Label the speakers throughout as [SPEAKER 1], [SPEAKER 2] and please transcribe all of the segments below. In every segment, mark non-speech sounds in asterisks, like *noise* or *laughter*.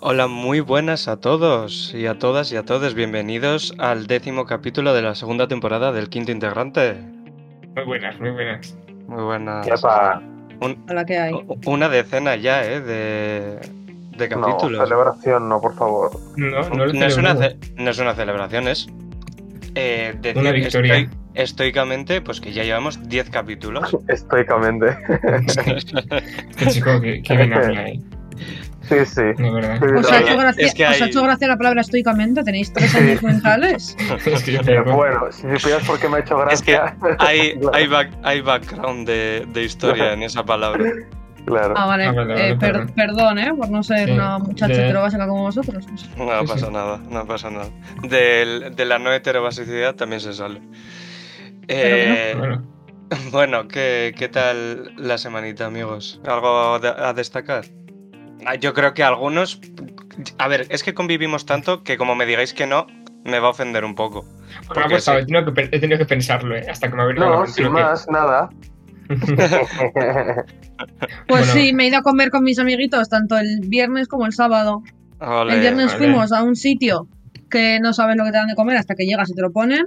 [SPEAKER 1] Hola, muy buenas a todos y a todas y a todos. Bienvenidos al décimo capítulo de la segunda temporada del Quinto Integrante.
[SPEAKER 2] Muy buenas, muy buenas.
[SPEAKER 1] Muy buenas.
[SPEAKER 3] Yapa,
[SPEAKER 1] Un-
[SPEAKER 4] Hola, ¿qué hay?
[SPEAKER 1] u- una decena ya, ¿eh? De, de
[SPEAKER 3] no,
[SPEAKER 1] capítulos.
[SPEAKER 3] celebración no, por favor. *laughs*
[SPEAKER 2] No, no
[SPEAKER 1] no,
[SPEAKER 2] lo
[SPEAKER 1] es una
[SPEAKER 2] celebramos.
[SPEAKER 1] ce- no es una celebración, es eh, decir
[SPEAKER 2] Una victoria.
[SPEAKER 1] estoic- estoicamente pues que ya llevamos 10
[SPEAKER 3] *laughs*
[SPEAKER 1] capítulos.
[SPEAKER 3] Estoicamente.
[SPEAKER 2] Este chico
[SPEAKER 1] *laughs*
[SPEAKER 2] que, que bien habla, ¿eh?
[SPEAKER 3] Sí, sí.
[SPEAKER 2] De verdad.
[SPEAKER 3] Sí,
[SPEAKER 4] ¿Os
[SPEAKER 3] la
[SPEAKER 4] ha,
[SPEAKER 1] Es
[SPEAKER 4] hecho
[SPEAKER 3] verdad.
[SPEAKER 1] que
[SPEAKER 4] gracia,
[SPEAKER 1] hay-
[SPEAKER 4] os ha hecho gracia la palabra estoicamente? ¿Tenéis tres
[SPEAKER 3] Sí.
[SPEAKER 1] *laughs*
[SPEAKER 4] años mentales?
[SPEAKER 2] *laughs* Es que yo
[SPEAKER 3] Pero
[SPEAKER 2] flipo.
[SPEAKER 3] bueno, si supieras por qué me ha hecho
[SPEAKER 1] Es que
[SPEAKER 3] gracia. *laughs*
[SPEAKER 1] hay,
[SPEAKER 3] Claro.
[SPEAKER 1] hay, back- hay background de, de
[SPEAKER 3] *laughs*
[SPEAKER 1] historia en esa palabra.
[SPEAKER 3] Claro.
[SPEAKER 4] Ah, vale.
[SPEAKER 2] Ah, vale, vale,
[SPEAKER 4] Eh, per-
[SPEAKER 2] perdón.
[SPEAKER 4] perdón, ¿eh? Por no ser
[SPEAKER 2] Sí.
[SPEAKER 4] una muchacha
[SPEAKER 2] De-
[SPEAKER 4] heterobásica como vosotros.
[SPEAKER 1] No
[SPEAKER 2] Sí,
[SPEAKER 1] pasa
[SPEAKER 2] sí.
[SPEAKER 1] nada, no pasa nada. Del- de la no heterobasicidad también se sale. Eh,
[SPEAKER 4] Pero
[SPEAKER 2] Bueno,
[SPEAKER 1] *laughs* bueno, ¿qué, qué tal la semanita, amigos? ¿Algo de- a destacar? Ah, Yo creo que algunos... A ver, es que convivimos tanto que como me digáis que no, me va a ofender un poco.
[SPEAKER 2] me ha
[SPEAKER 1] Porque
[SPEAKER 2] costado,
[SPEAKER 1] sí.
[SPEAKER 2] he tenido que, pe- he tenido que pensarlo, ¿eh? Hasta que me ha venido
[SPEAKER 3] No,
[SPEAKER 2] la
[SPEAKER 3] sin
[SPEAKER 2] conclusión
[SPEAKER 1] *laughs*
[SPEAKER 3] más, nada.
[SPEAKER 2] *laughs*
[SPEAKER 4] Pues
[SPEAKER 2] Bueno.
[SPEAKER 4] sí, me he ido a comer con mis amiguitos tanto el viernes como el sábado.
[SPEAKER 1] Ole,
[SPEAKER 4] el viernes
[SPEAKER 2] vale.
[SPEAKER 4] fuimos a un sitio que no sabes lo que te dan de comer hasta que llegas y te lo ponen.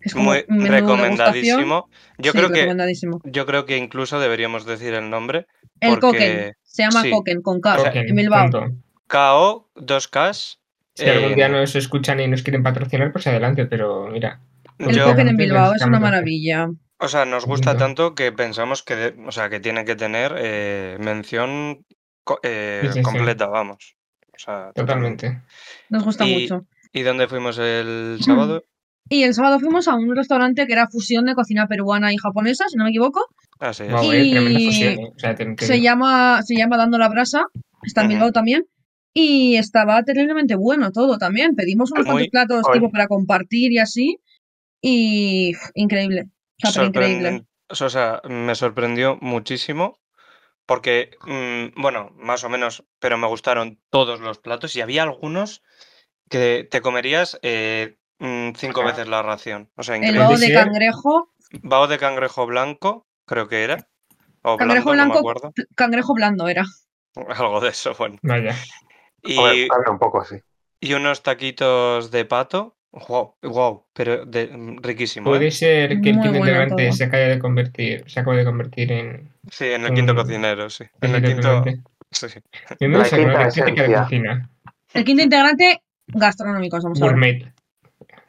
[SPEAKER 4] Es como
[SPEAKER 1] muy
[SPEAKER 4] un menú degustación.
[SPEAKER 1] recomendadísimo. Yo
[SPEAKER 4] Sí,
[SPEAKER 1] creo que...
[SPEAKER 4] recomendadísimo.
[SPEAKER 1] Yo creo que incluso deberíamos decir el nombre.
[SPEAKER 4] El
[SPEAKER 1] porque-
[SPEAKER 4] Coquen. Se llama
[SPEAKER 1] sí.
[SPEAKER 4] Coquen, con K,
[SPEAKER 1] Coquen,
[SPEAKER 4] en Bilbao.
[SPEAKER 2] punto.
[SPEAKER 1] KO 2Ks.
[SPEAKER 2] Si
[SPEAKER 1] Eh,
[SPEAKER 2] algún día nos escuchan y nos quieren patrocinar, pues adelante, pero mira.
[SPEAKER 4] El
[SPEAKER 1] yo-
[SPEAKER 4] Coquen en
[SPEAKER 2] Antes
[SPEAKER 4] Bilbao es
[SPEAKER 2] necesitamos
[SPEAKER 4] una
[SPEAKER 2] hacer-
[SPEAKER 4] maravilla.
[SPEAKER 1] O sea, nos gusta
[SPEAKER 2] Venga.
[SPEAKER 1] tanto que pensamos que, de- o sea, que tiene que tener eh, mención co- eh,
[SPEAKER 2] Sí, sí, sí.
[SPEAKER 1] completa, vamos. O sea, totalmente.
[SPEAKER 2] Totalmente. Mm.
[SPEAKER 4] Nos gusta
[SPEAKER 1] Y-
[SPEAKER 4] mucho.
[SPEAKER 1] ¿Y dónde fuimos el sábado?
[SPEAKER 4] Y el sábado fuimos a un restaurante que era fusión de cocina peruana y japonesa, si no me equivoco.
[SPEAKER 1] Así es.
[SPEAKER 2] Wow,
[SPEAKER 4] Y-
[SPEAKER 2] eh, tremenda fusión. eh. O sea, te- te-
[SPEAKER 4] Se llama, se llama Dando la Brasa, está en
[SPEAKER 1] Ujú.
[SPEAKER 4] Bilbao también. Y estaba terriblemente bueno todo también. Pedimos unos
[SPEAKER 1] Muy-
[SPEAKER 4] cuantos platos
[SPEAKER 3] Ay.
[SPEAKER 4] tipo para compartir y así. Y uf, increíble. O sea, pero increíble.
[SPEAKER 1] Sorprenden- O sea, me sorprendió muchísimo porque, mm, bueno, más o menos, pero me gustaron todos los platos y había algunos que te comerías eh, mm, cinco
[SPEAKER 2] Ajá.
[SPEAKER 1] veces la ración. O sea,
[SPEAKER 4] El
[SPEAKER 1] increíble.
[SPEAKER 4] bao de
[SPEAKER 2] dessert.
[SPEAKER 4] cangrejo,
[SPEAKER 1] Bao de cangrejo blanco, creo que era. O
[SPEAKER 4] Cangrejo
[SPEAKER 1] blando, no me
[SPEAKER 4] blanco-
[SPEAKER 1] acuerdo.
[SPEAKER 4] cangrejo blando era.
[SPEAKER 1] *laughs* Algo de eso, bueno.
[SPEAKER 2] Vaya.
[SPEAKER 1] Y,
[SPEAKER 3] A ver, habla un poco así.
[SPEAKER 1] y unos taquitos de pato. Wow, wow, pero de, mm, riquísimo.
[SPEAKER 2] Puede
[SPEAKER 1] ¿eh?
[SPEAKER 2] ser que el
[SPEAKER 4] Muy
[SPEAKER 2] quinto
[SPEAKER 4] bueno
[SPEAKER 2] integrante
[SPEAKER 4] todo.
[SPEAKER 2] se acabe de convertir, se acabe de convertir en.
[SPEAKER 1] Sí, en el quinto
[SPEAKER 2] Mm.
[SPEAKER 1] cocinero, sí. En el quinto.
[SPEAKER 2] integrante.
[SPEAKER 1] Sí.
[SPEAKER 2] Bienvenidos
[SPEAKER 3] La
[SPEAKER 2] a
[SPEAKER 3] quinta
[SPEAKER 2] Convertirte que
[SPEAKER 3] esencia.
[SPEAKER 2] la cocina.
[SPEAKER 4] El quinto integrante gastronómico, vamos a ver.
[SPEAKER 2] Gourmet,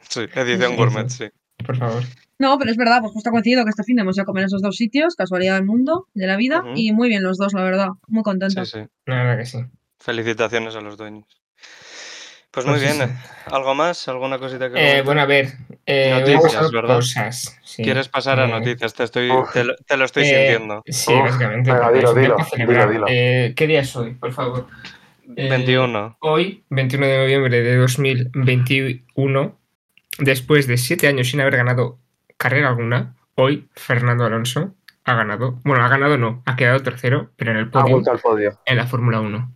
[SPEAKER 1] Sí, edición
[SPEAKER 2] sí,
[SPEAKER 1] gourmet, sí.
[SPEAKER 2] por favor.
[SPEAKER 4] No, pero es verdad, pues justo ha coincidido que este fin de hemos ido a comer en esos dos sitios, casualidad del mundo, de la vida,
[SPEAKER 1] Ujú.
[SPEAKER 4] y muy bien los dos, la verdad. Muy contenta.
[SPEAKER 1] Sí, sí.
[SPEAKER 2] La verdad que sí.
[SPEAKER 1] Felicitaciones a los dueños. Pues muy
[SPEAKER 2] Pues sí,
[SPEAKER 1] bien. ¿eh? ¿Algo más? ¿Alguna cosita que
[SPEAKER 2] Eh,
[SPEAKER 1] comentar?
[SPEAKER 2] bueno, a ver. Eh, hoy
[SPEAKER 1] Noticias,
[SPEAKER 2] he buscado
[SPEAKER 1] ¿verdad?
[SPEAKER 2] Cosas, sí.
[SPEAKER 1] ¿Quieres pasar a
[SPEAKER 2] Eh,
[SPEAKER 1] noticias? Te, estoy,
[SPEAKER 3] Uf.
[SPEAKER 1] te, lo, te lo estoy
[SPEAKER 2] eh,
[SPEAKER 1] sintiendo.
[SPEAKER 2] Sí,
[SPEAKER 3] Uf,
[SPEAKER 2] básicamente.
[SPEAKER 3] venga,
[SPEAKER 2] porque
[SPEAKER 3] dilo,
[SPEAKER 2] es un
[SPEAKER 3] dilo,
[SPEAKER 2] tema a celebrar.
[SPEAKER 3] dilo, dilo.
[SPEAKER 2] Eh, ¿Qué día es hoy, por favor? eh,
[SPEAKER 1] 21.
[SPEAKER 2] Hoy, 21 de noviembre de 2021, después de siete años sin haber ganado carrera alguna, hoy Fernando Alonso ha ganado. Bueno, ha ganado no, ha quedado tercero, pero en el
[SPEAKER 3] Ha
[SPEAKER 2] podio
[SPEAKER 3] vuelto al podio.
[SPEAKER 2] en la Fórmula 1.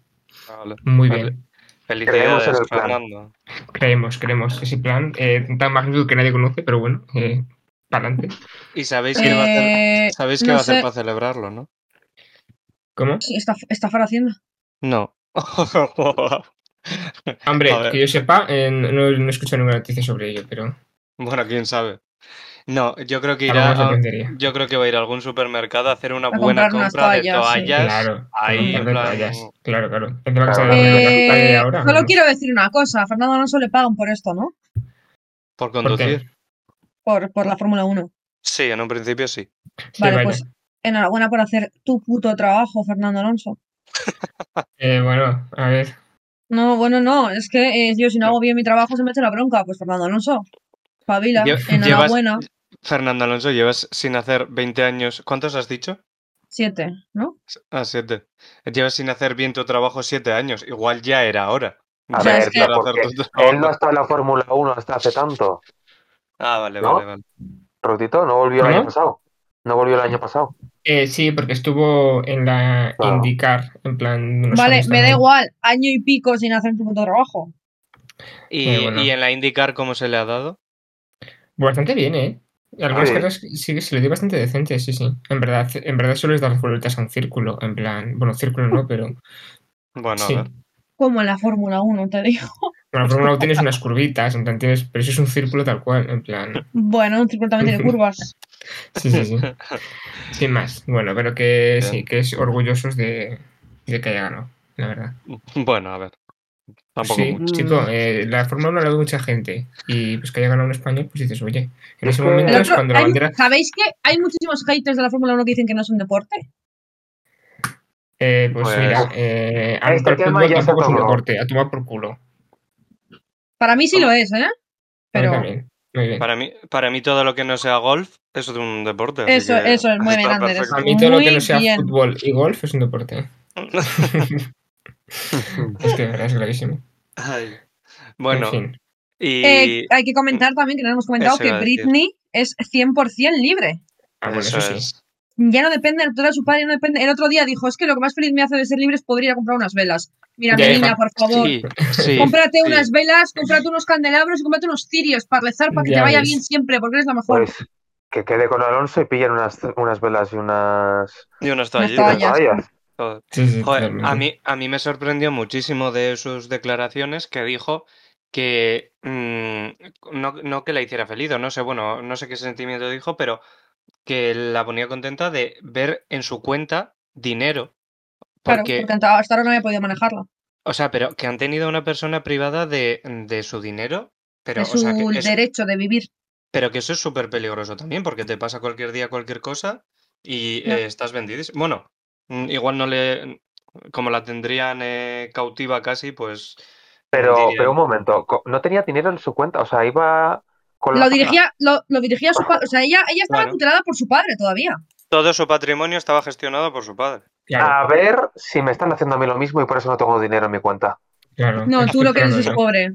[SPEAKER 1] Vale.
[SPEAKER 2] Muy
[SPEAKER 1] Vale.
[SPEAKER 2] bien.
[SPEAKER 1] Felicidades,
[SPEAKER 3] Creemos en el plan.
[SPEAKER 1] Fernando.
[SPEAKER 2] Creemos, creemos. Ese plan eh, tan magnífico que nadie conoce, pero bueno, eh, para adelante.
[SPEAKER 1] ¿Y sabéis qué va a hacer?
[SPEAKER 4] Eh,
[SPEAKER 1] ¿Sabéis qué
[SPEAKER 4] no
[SPEAKER 1] va a hacer
[SPEAKER 4] sé.
[SPEAKER 1] para celebrarlo, no?
[SPEAKER 2] ¿Cómo?
[SPEAKER 4] Sí, Está, estafar Hacienda.
[SPEAKER 1] No. *laughs* A
[SPEAKER 2] Hombre,
[SPEAKER 1] ver.
[SPEAKER 2] que yo sepa, eh, no, no he escuchado ninguna noticia sobre ello, pero
[SPEAKER 1] Bueno, quién sabe. No, yo creo que
[SPEAKER 2] algo
[SPEAKER 1] irá.
[SPEAKER 2] me
[SPEAKER 1] a-
[SPEAKER 2] sorprendería.
[SPEAKER 1] Yo creo que va a ir a algún supermercado a hacer una
[SPEAKER 4] A
[SPEAKER 1] buena
[SPEAKER 4] comprar unas
[SPEAKER 1] compra de
[SPEAKER 4] toallas, sí.
[SPEAKER 1] toallas.
[SPEAKER 2] Claro,
[SPEAKER 1] ahí,
[SPEAKER 2] con
[SPEAKER 1] en
[SPEAKER 2] un par
[SPEAKER 1] plan-
[SPEAKER 2] de toallas. Claro, claro. El tema que se
[SPEAKER 3] Claro.
[SPEAKER 2] ha dado en la
[SPEAKER 4] Eh,
[SPEAKER 2] calle ahora.
[SPEAKER 4] solo
[SPEAKER 2] vamos.
[SPEAKER 4] quiero decir una cosa, a Fernando Alonso le pagan por esto, ¿no?
[SPEAKER 1] por
[SPEAKER 2] ¿Por qué?
[SPEAKER 1] conducir.
[SPEAKER 4] Por, por la Fórmula 1.
[SPEAKER 1] Sí, en un principio sí.
[SPEAKER 2] Sí,
[SPEAKER 4] vale,
[SPEAKER 2] vaya.
[SPEAKER 4] pues enhorabuena por hacer tu puto trabajo, Fernando Alonso.
[SPEAKER 2] Eh, bueno, a ver.
[SPEAKER 4] No, bueno, no, es que eh, yo si no hago bien mi trabajo se me echa la bronca. Pues Fernando Alonso, pabila,
[SPEAKER 1] Lle-
[SPEAKER 4] enhorabuena.
[SPEAKER 1] Fernando Alonso, llevas sin hacer 20 años. ¿Cuántos has dicho?
[SPEAKER 4] Siete, ¿no?
[SPEAKER 1] Ah, 7. Llevas sin hacer bien tu trabajo 7 años. Igual ya era hora.
[SPEAKER 3] A
[SPEAKER 1] de
[SPEAKER 4] ver,
[SPEAKER 1] empezar
[SPEAKER 3] pero
[SPEAKER 1] hacer tu
[SPEAKER 3] Él
[SPEAKER 1] trabajo.
[SPEAKER 3] no estaba en la Fórmula 1 hasta hace tanto.
[SPEAKER 1] *laughs* Ah, vale,
[SPEAKER 3] ¿No?
[SPEAKER 1] vale, vale.
[SPEAKER 3] Rutito, no volvió el
[SPEAKER 2] ¿Cómo?
[SPEAKER 3] año pasado. No volvió el año pasado.
[SPEAKER 2] Eh, sí, porque estuvo en la
[SPEAKER 3] Claro.
[SPEAKER 2] IndyCar, en plan. unos
[SPEAKER 4] Vale,
[SPEAKER 2] años
[SPEAKER 4] me da
[SPEAKER 2] también.
[SPEAKER 4] igual, año y pico sin hacer tu puto trabajo.
[SPEAKER 1] ¿Y,
[SPEAKER 2] Eh, bueno.
[SPEAKER 1] y en la IndyCar cómo se le ha dado?
[SPEAKER 2] Bastante bien, ¿eh? Algunas
[SPEAKER 1] Ah,
[SPEAKER 3] Sí.
[SPEAKER 2] carreras sí que se le dio bastante decente, sí, sí. En verdad, en verdad solo es dar vueltas a un círculo, en plan. Bueno, círculo no, pero.
[SPEAKER 1] Bueno, a
[SPEAKER 2] sí.
[SPEAKER 1] ver. *laughs*
[SPEAKER 4] como en la Fórmula 1, te digo.
[SPEAKER 2] Bueno, la Fórmula 1 tienes unas curvitas, en plan tienes, pero eso es un círculo tal cual, en plan.
[SPEAKER 4] Bueno, un
[SPEAKER 2] *laughs*
[SPEAKER 4] círculo también tiene curvas.
[SPEAKER 2] Sí, sí, sí. Sin más. Bueno, pero que sí, que es orgullosos de, de que haya ganado, la verdad.
[SPEAKER 1] Bueno, a ver. Tampoco
[SPEAKER 2] sí,
[SPEAKER 1] mucho.
[SPEAKER 2] chico, eh, la Fórmula 1 la ve mucha gente. Y pues que haya ganado un español, pues dices, oye, en ese
[SPEAKER 3] que-
[SPEAKER 2] momento
[SPEAKER 4] El
[SPEAKER 2] es
[SPEAKER 4] otro-
[SPEAKER 2] cuando la
[SPEAKER 4] hay-
[SPEAKER 2] bandera.
[SPEAKER 4] ¿Sabéis que hay muchísimos haters de la Fórmula 1 que dicen que no es un deporte?
[SPEAKER 2] Eh, pues,
[SPEAKER 1] Pues-
[SPEAKER 2] mira, eh, a lo mejor
[SPEAKER 3] Este
[SPEAKER 2] el
[SPEAKER 3] tema
[SPEAKER 2] fútbol
[SPEAKER 3] ya se
[SPEAKER 2] tampoco es un
[SPEAKER 3] acabó.
[SPEAKER 2] deporte, a tomar por culo. A mí
[SPEAKER 4] Para mí sí lo es, ¿eh? Pero
[SPEAKER 2] también. Muy bien.
[SPEAKER 1] Para mí, para mí todo lo que no sea golf es un deporte. así
[SPEAKER 4] Eso-
[SPEAKER 1] que
[SPEAKER 4] eso es
[SPEAKER 1] *laughs*
[SPEAKER 4] muy
[SPEAKER 1] está
[SPEAKER 4] bien, Andrés.
[SPEAKER 1] perfecto.
[SPEAKER 2] A mí todo lo que
[SPEAKER 4] Muy
[SPEAKER 2] no sea
[SPEAKER 4] bien.
[SPEAKER 2] fútbol y golf es un deporte. es que de verdad es gravísimo.
[SPEAKER 1] *laughs* Ay. Bueno,
[SPEAKER 2] En fin.
[SPEAKER 1] y
[SPEAKER 4] eh, hay que comentar también, que no hemos comentado,
[SPEAKER 1] Eso iba
[SPEAKER 4] que
[SPEAKER 1] a decir.
[SPEAKER 4] Britney es 100% libre.
[SPEAKER 2] Ah, bueno, eso,
[SPEAKER 1] eso
[SPEAKER 2] sí.
[SPEAKER 1] es.
[SPEAKER 4] Ya no depende de la altura de su padre, no depende. El otro día dijo, es que lo que más feliz me hace de ser libre es poder ir a comprar unas velas. Mira,
[SPEAKER 2] Ya,
[SPEAKER 4] mi
[SPEAKER 2] hija.
[SPEAKER 4] niña, por favor.
[SPEAKER 1] Sí, sí,
[SPEAKER 4] cómprate
[SPEAKER 1] sí.
[SPEAKER 4] unas velas, cómprate unos candelabros y cómprate unos cirios para rezar para que
[SPEAKER 2] Ya
[SPEAKER 4] te vaya
[SPEAKER 2] ves.
[SPEAKER 4] bien siempre, porque eres la mejor.
[SPEAKER 3] Pues que quede con Alonso y pillen unas, unas velas y unas,
[SPEAKER 1] Y unas
[SPEAKER 4] Unas
[SPEAKER 1] toallitas.
[SPEAKER 4] toallas.
[SPEAKER 3] toallas.
[SPEAKER 1] Joder.
[SPEAKER 2] Sí, sí,
[SPEAKER 1] Joder,
[SPEAKER 2] totalmente.
[SPEAKER 1] a mí, a mí me sorprendió muchísimo de sus declaraciones que dijo que mm, no, no que la hiciera feliz, o no sé, bueno, no sé qué sentimiento dijo, pero que la ponía contenta de ver en su cuenta dinero.
[SPEAKER 4] claro,
[SPEAKER 1] Porque,
[SPEAKER 4] porque hasta hasta ahora no había podido manejarla.
[SPEAKER 1] o sea, pero que han tenido una persona privada de, de su dinero, pero,
[SPEAKER 4] es
[SPEAKER 1] o sea, que
[SPEAKER 4] su
[SPEAKER 1] eso-
[SPEAKER 4] derecho de vivir.
[SPEAKER 1] pero que eso es súper peligroso también, porque te pasa cualquier día cualquier cosa y
[SPEAKER 4] Ya.
[SPEAKER 1] eh, estás vendidísimo. Bueno, mm, igual no le. Como la tendrían eh, cautiva casi, pues.
[SPEAKER 3] Pero,
[SPEAKER 1] dirían,
[SPEAKER 3] pero un momento, co- no tenía dinero en su cuenta, o sea, iba con la
[SPEAKER 4] Lo
[SPEAKER 3] fama.
[SPEAKER 4] dirigía, lo, lo dirigía a su padre. O sea, ella, ella estaba
[SPEAKER 1] Claro.
[SPEAKER 4] tutelada por su padre todavía.
[SPEAKER 1] Todo su patrimonio estaba gestionado por su padre.
[SPEAKER 2] Claro,
[SPEAKER 3] A ver si me están haciendo a mí lo mismo y por eso no tengo dinero en mi cuenta.
[SPEAKER 2] claro.
[SPEAKER 4] No,
[SPEAKER 2] Es
[SPEAKER 4] tú lo que eres
[SPEAKER 2] claro,
[SPEAKER 4] es
[SPEAKER 2] no.
[SPEAKER 4] pobre.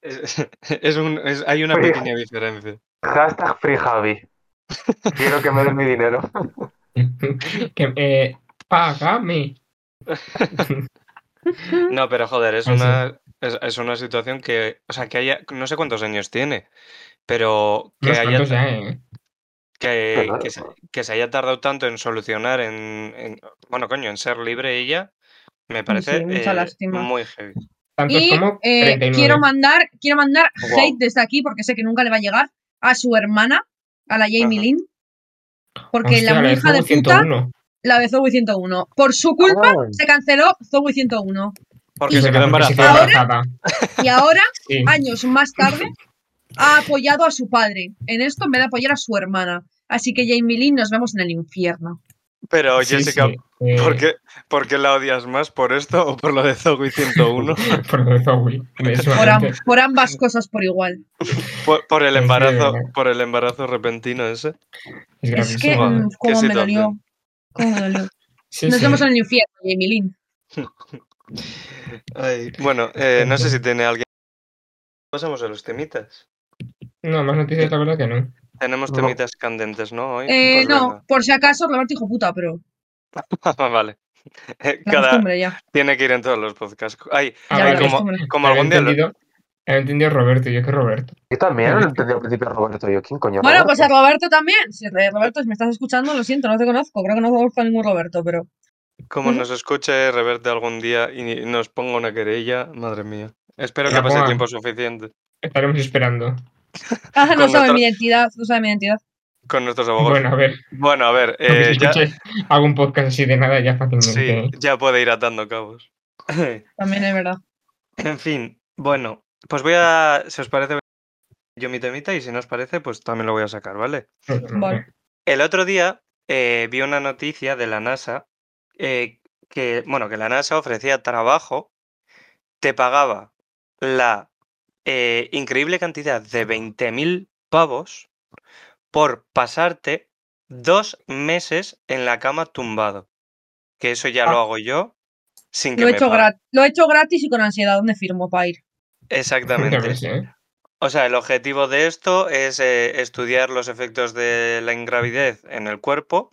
[SPEAKER 1] Es, *laughs* es un, es- hay una
[SPEAKER 3] Oiga.
[SPEAKER 1] pequeña diferencia.
[SPEAKER 3] Hashtag free Javi. Quiero que me den
[SPEAKER 1] *laughs*
[SPEAKER 3] mi dinero.
[SPEAKER 2] *laughs* que, eh, págame.
[SPEAKER 1] No, pero joder, es
[SPEAKER 2] Ah, sí.
[SPEAKER 1] una, es, es una situación que. O sea, que haya. No sé cuántos años tiene, pero que
[SPEAKER 2] Unos
[SPEAKER 1] haya.
[SPEAKER 2] cuantos ya, eh.
[SPEAKER 1] que,
[SPEAKER 3] Claro.
[SPEAKER 1] Eh, que se, que se haya tardado tanto en solucionar, en, en- bueno, coño, en ser libre ella, me parece
[SPEAKER 4] sí, mucha
[SPEAKER 1] eh,
[SPEAKER 4] lástima.
[SPEAKER 1] muy
[SPEAKER 4] *laughs*
[SPEAKER 1] heavy.
[SPEAKER 2] Tantos
[SPEAKER 4] Y
[SPEAKER 2] como
[SPEAKER 4] eh,
[SPEAKER 2] 39.
[SPEAKER 4] quiero mandar, quiero mandar
[SPEAKER 3] Wow.
[SPEAKER 4] hate desde aquí, porque sé que nunca le va a llegar, a su hermana, a la Jamie
[SPEAKER 1] Ajá.
[SPEAKER 4] Lynn. Porque
[SPEAKER 2] Hostia,
[SPEAKER 4] la
[SPEAKER 2] la
[SPEAKER 4] hija de
[SPEAKER 2] Zoe
[SPEAKER 4] puta,
[SPEAKER 2] 101.
[SPEAKER 4] la de Zoe 101. Por su culpa
[SPEAKER 3] Ah,
[SPEAKER 4] se canceló Zoe 101.
[SPEAKER 1] Porque
[SPEAKER 4] Y-
[SPEAKER 1] se quedó
[SPEAKER 2] Porque se quedó
[SPEAKER 1] embarazada.
[SPEAKER 2] embarazada. *laughs*
[SPEAKER 4] Y ahora,
[SPEAKER 2] Sí.
[SPEAKER 4] años más tarde, ha apoyado a su padre. En esto en vez de apoyar a su hermana. Así que Jamie Lynn, nos vemos en el infierno.
[SPEAKER 1] Pero
[SPEAKER 2] Sí,
[SPEAKER 1] Jessica,
[SPEAKER 2] sí, eh,
[SPEAKER 1] ¿por, qué, por qué la odias más? ¿Por esto o por lo de Zoe 101?
[SPEAKER 2] *laughs* Por lo
[SPEAKER 1] *laughs*
[SPEAKER 2] de Zoe.
[SPEAKER 4] Por, am-
[SPEAKER 2] Por
[SPEAKER 4] por ambas cosas por igual.
[SPEAKER 1] ¿Por, por
[SPEAKER 2] *laughs*
[SPEAKER 1] el
[SPEAKER 2] Sí,
[SPEAKER 1] embarazo,
[SPEAKER 2] verdad.
[SPEAKER 1] por el embarazo repentino ese?
[SPEAKER 2] es
[SPEAKER 4] Es que,
[SPEAKER 2] gravísimo.
[SPEAKER 1] Joder,
[SPEAKER 4] mm,
[SPEAKER 1] qué
[SPEAKER 4] cómo me dolió.
[SPEAKER 1] situación.
[SPEAKER 4] Cómo me dolió.
[SPEAKER 2] Sí,
[SPEAKER 4] Nos
[SPEAKER 2] sí.
[SPEAKER 4] vemos en el infierno, Jamie Lynn.
[SPEAKER 1] Ay, bueno, eh, no sé si tiene alguien. Pasamos a los temitas.
[SPEAKER 2] No, más noticias, la verdad que no.
[SPEAKER 1] Tenemos
[SPEAKER 3] No.
[SPEAKER 1] temitas candentes, ¿no? Hoy.
[SPEAKER 4] Eh,
[SPEAKER 1] Pues
[SPEAKER 4] no, por si acaso, Roberto dijo puta, pero
[SPEAKER 1] venga. *laughs* vale. Eh,
[SPEAKER 4] la
[SPEAKER 1] Cada,
[SPEAKER 4] costumbre ya.
[SPEAKER 1] tiene que ir en todos los podcasts. Ay,
[SPEAKER 2] Ah,
[SPEAKER 4] Ya
[SPEAKER 2] vale,
[SPEAKER 4] la
[SPEAKER 1] como- *laughs*
[SPEAKER 4] costumbre.
[SPEAKER 1] como
[SPEAKER 2] había
[SPEAKER 1] algún día lo-
[SPEAKER 2] entendido, había entendido Roberto, yo que Roberto.
[SPEAKER 3] Yo también no entendí al principio a Roberto. Yo, ¿quién coño
[SPEAKER 4] Bueno, pues a
[SPEAKER 3] Roberto?
[SPEAKER 4] Roberto también. Si eh, Roberto, si me estás escuchando, lo siento, no te conozco. Creo que no conozco a ningún Roberto, pero.
[SPEAKER 1] Como
[SPEAKER 4] Ujú.
[SPEAKER 1] nos escuche Reverte algún día y nos ponga una querella, madre mía. Espero
[SPEAKER 2] Que
[SPEAKER 1] que
[SPEAKER 2] la
[SPEAKER 1] pase
[SPEAKER 2] ponga.
[SPEAKER 1] tiempo suficiente
[SPEAKER 2] Estaremos esperando.
[SPEAKER 4] Ah, *laughs* no
[SPEAKER 1] *laughs* Con
[SPEAKER 4] sabe
[SPEAKER 1] otra-
[SPEAKER 4] mi identidad, no sabe mi identidad.
[SPEAKER 1] con nuestros abogados. Bueno,
[SPEAKER 2] Bueno, a ver,
[SPEAKER 1] a ver,
[SPEAKER 2] porque
[SPEAKER 1] Oh, eh,
[SPEAKER 2] si
[SPEAKER 1] ya,
[SPEAKER 2] escucháis algún podcast así de nada, ya ¿eh? fácilmente.
[SPEAKER 1] sí, ya puede ir atando cabos. *laughs*
[SPEAKER 4] También es verdad.
[SPEAKER 1] en fin, bueno, pues voy a, si os parece, yo mi temita y si no os parece, pues también lo voy a sacar, ¿vale?
[SPEAKER 4] Vale.
[SPEAKER 1] El otro día eh, vi una noticia de la NASA eh, que, bueno, que la NASA ofrecía trabajo, te pagaba la eh, increíble cantidad de 20.000 pavos por pasarte dos meses en la cama tumbado. Que eso ya lo
[SPEAKER 4] Ah.
[SPEAKER 1] hago yo sin que
[SPEAKER 4] Lo he,
[SPEAKER 1] me
[SPEAKER 4] hecho
[SPEAKER 1] paguen.
[SPEAKER 4] grat- lo he hecho gratis y con ansiedad. ¿Dónde firmo para ir?
[SPEAKER 2] Ya
[SPEAKER 1] Exactamente.
[SPEAKER 2] ves, ¿eh?
[SPEAKER 1] O sea, el objetivo de esto es eh, estudiar los efectos de la ingravidez en el cuerpo.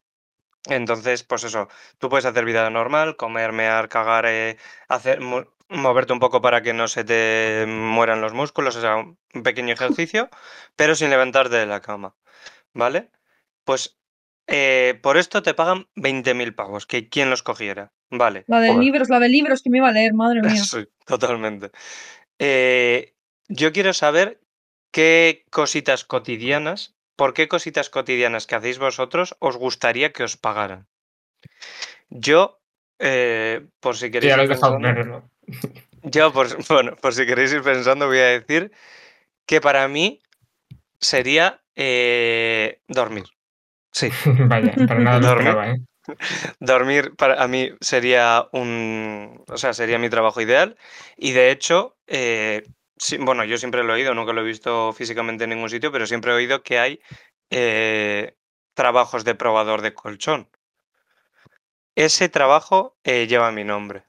[SPEAKER 1] Entonces, pues eso, tú puedes hacer vida normal, comer, mear, cagar, eh, hacer, mo- moverte un poco para que no se te mueran los músculos, o sea, un un pequeño ejercicio, pero sin levantarte de la cama, ¿vale? Pues eh, por esto te pagan 20.000 pavos, que quien los cogiera. Vale.
[SPEAKER 4] La de
[SPEAKER 3] Joder.
[SPEAKER 4] libros, la de libros que me iba a
[SPEAKER 1] *laughs*
[SPEAKER 4] leer, madre mía.
[SPEAKER 1] Sí, totalmente. Eh, yo quiero saber qué cositas cotidianas, por qué cositas cotidianas que hacéis vosotros os gustaría que os pagaran. Yo, eh, por si queréis.
[SPEAKER 2] Ya lo he
[SPEAKER 1] ir
[SPEAKER 2] dejado
[SPEAKER 1] pensando-
[SPEAKER 2] claro, *laughs* ¿no?
[SPEAKER 1] yo, por, bueno, por si queréis ir pensando, voy a decir que para mí sería eh, dormir. Sí,
[SPEAKER 2] Vaya, para nada lo
[SPEAKER 1] Dormir.
[SPEAKER 2] esperaba, ¿eh?
[SPEAKER 1] dormir para a mí sería un, o sea, sería mi trabajo ideal y de hecho, eh, sí, bueno, yo siempre lo he oído, nunca lo he visto físicamente en ningún sitio, pero siempre he oído que hay eh, trabajos de probador de colchón. Ese trabajo eh, lleva mi nombre.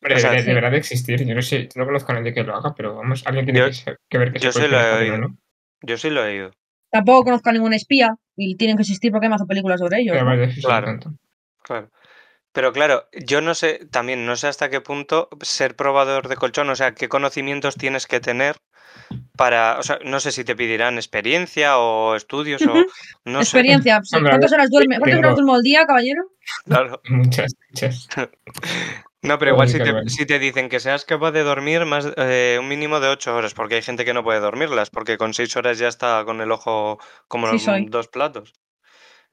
[SPEAKER 2] Hombre,
[SPEAKER 1] O sea,
[SPEAKER 2] debería,
[SPEAKER 1] sí.
[SPEAKER 2] debería de existir. Yo no sé, no conozco a nadie que lo haga, pero vamos, alguien tiene
[SPEAKER 1] Yo-
[SPEAKER 2] que, ser- que ver que se
[SPEAKER 1] yo
[SPEAKER 2] puede
[SPEAKER 1] sí lo he
[SPEAKER 2] hacer,
[SPEAKER 1] oído.
[SPEAKER 2] ¿no?
[SPEAKER 1] Yo sí lo he oído.
[SPEAKER 4] Tampoco conozco a ningún espía y tienen que existir porque me hace películas sobre ellos.
[SPEAKER 2] Pero
[SPEAKER 4] ¿no?
[SPEAKER 2] Eh, vale, eso es un
[SPEAKER 1] Claro.
[SPEAKER 2] tanto.
[SPEAKER 1] Claro. Pero claro, yo no sé, también no sé hasta qué punto ser probador de colchón, o sea, qué conocimientos tienes que tener para, o sea, no sé si te pedirán experiencia o estudios o
[SPEAKER 4] Ujú.
[SPEAKER 1] no
[SPEAKER 4] Experiencia. sí.
[SPEAKER 2] Hombre, a
[SPEAKER 4] ¿Cuántas horas duerme? ¿Cuántas
[SPEAKER 2] tengo-
[SPEAKER 4] horas duermo al día, caballero?
[SPEAKER 1] sé. Claro.
[SPEAKER 2] Muchas,
[SPEAKER 1] *laughs*
[SPEAKER 2] muchas.
[SPEAKER 1] No, pero igual
[SPEAKER 2] Uy,
[SPEAKER 1] si
[SPEAKER 2] qué
[SPEAKER 1] te,
[SPEAKER 2] bueno.
[SPEAKER 1] si te dicen que seas capaz de dormir más eh, un mínimo de ocho horas, porque hay gente que no puede dormirlas, porque con seis horas ya está con el ojo como
[SPEAKER 4] Sí,
[SPEAKER 1] los-
[SPEAKER 4] soy.
[SPEAKER 1] dos platos.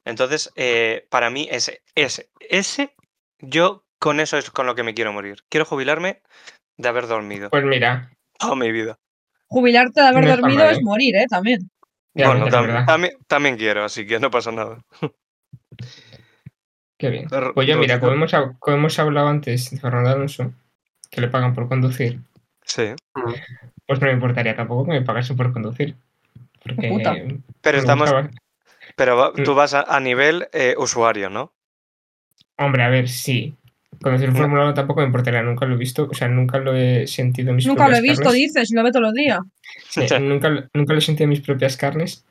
[SPEAKER 1] Entonces, eh, para mí ese, ese, ese, yo con eso es con lo que me quiero morir. Quiero jubilarme de haber dormido.
[SPEAKER 2] Pues mira,
[SPEAKER 1] toda mi vida.
[SPEAKER 4] Jubilarte de haber
[SPEAKER 2] No está
[SPEAKER 4] dormido
[SPEAKER 2] mal,
[SPEAKER 4] es
[SPEAKER 2] ¿eh?
[SPEAKER 4] morir, ¿eh? También.
[SPEAKER 2] ya
[SPEAKER 1] bueno,
[SPEAKER 2] ves,
[SPEAKER 1] tam-
[SPEAKER 2] la verdad.
[SPEAKER 1] también, también quiero, así que no pasa nada.
[SPEAKER 2] Qué bien.
[SPEAKER 1] Ro-
[SPEAKER 2] Pues ya mira,
[SPEAKER 1] Rocío.
[SPEAKER 2] como hemos, hab- como hemos hablado antes de Fernando Alonso, que le pagan por conducir,
[SPEAKER 1] Sí.
[SPEAKER 2] pues no me importaría tampoco que me pagasen por conducir. Porque
[SPEAKER 4] Puta.
[SPEAKER 2] me
[SPEAKER 1] Pero estamos,
[SPEAKER 2] gustaba.
[SPEAKER 1] pero va-
[SPEAKER 2] Mm.
[SPEAKER 1] tú vas a, a nivel eh, usuario, ¿no?
[SPEAKER 2] Hombre, a ver, sí. Conducir
[SPEAKER 1] No.
[SPEAKER 2] Fórmula 1 tampoco me importaría, nunca lo he visto, o sea, nunca lo he sentido en mis
[SPEAKER 4] Nunca lo he
[SPEAKER 2] propias
[SPEAKER 4] visto,
[SPEAKER 2] carnes.
[SPEAKER 4] dices, y lo veo todos los días.
[SPEAKER 2] Eh,
[SPEAKER 1] *laughs*
[SPEAKER 2] nunca, lo- nunca lo he sentido en mis propias carnes,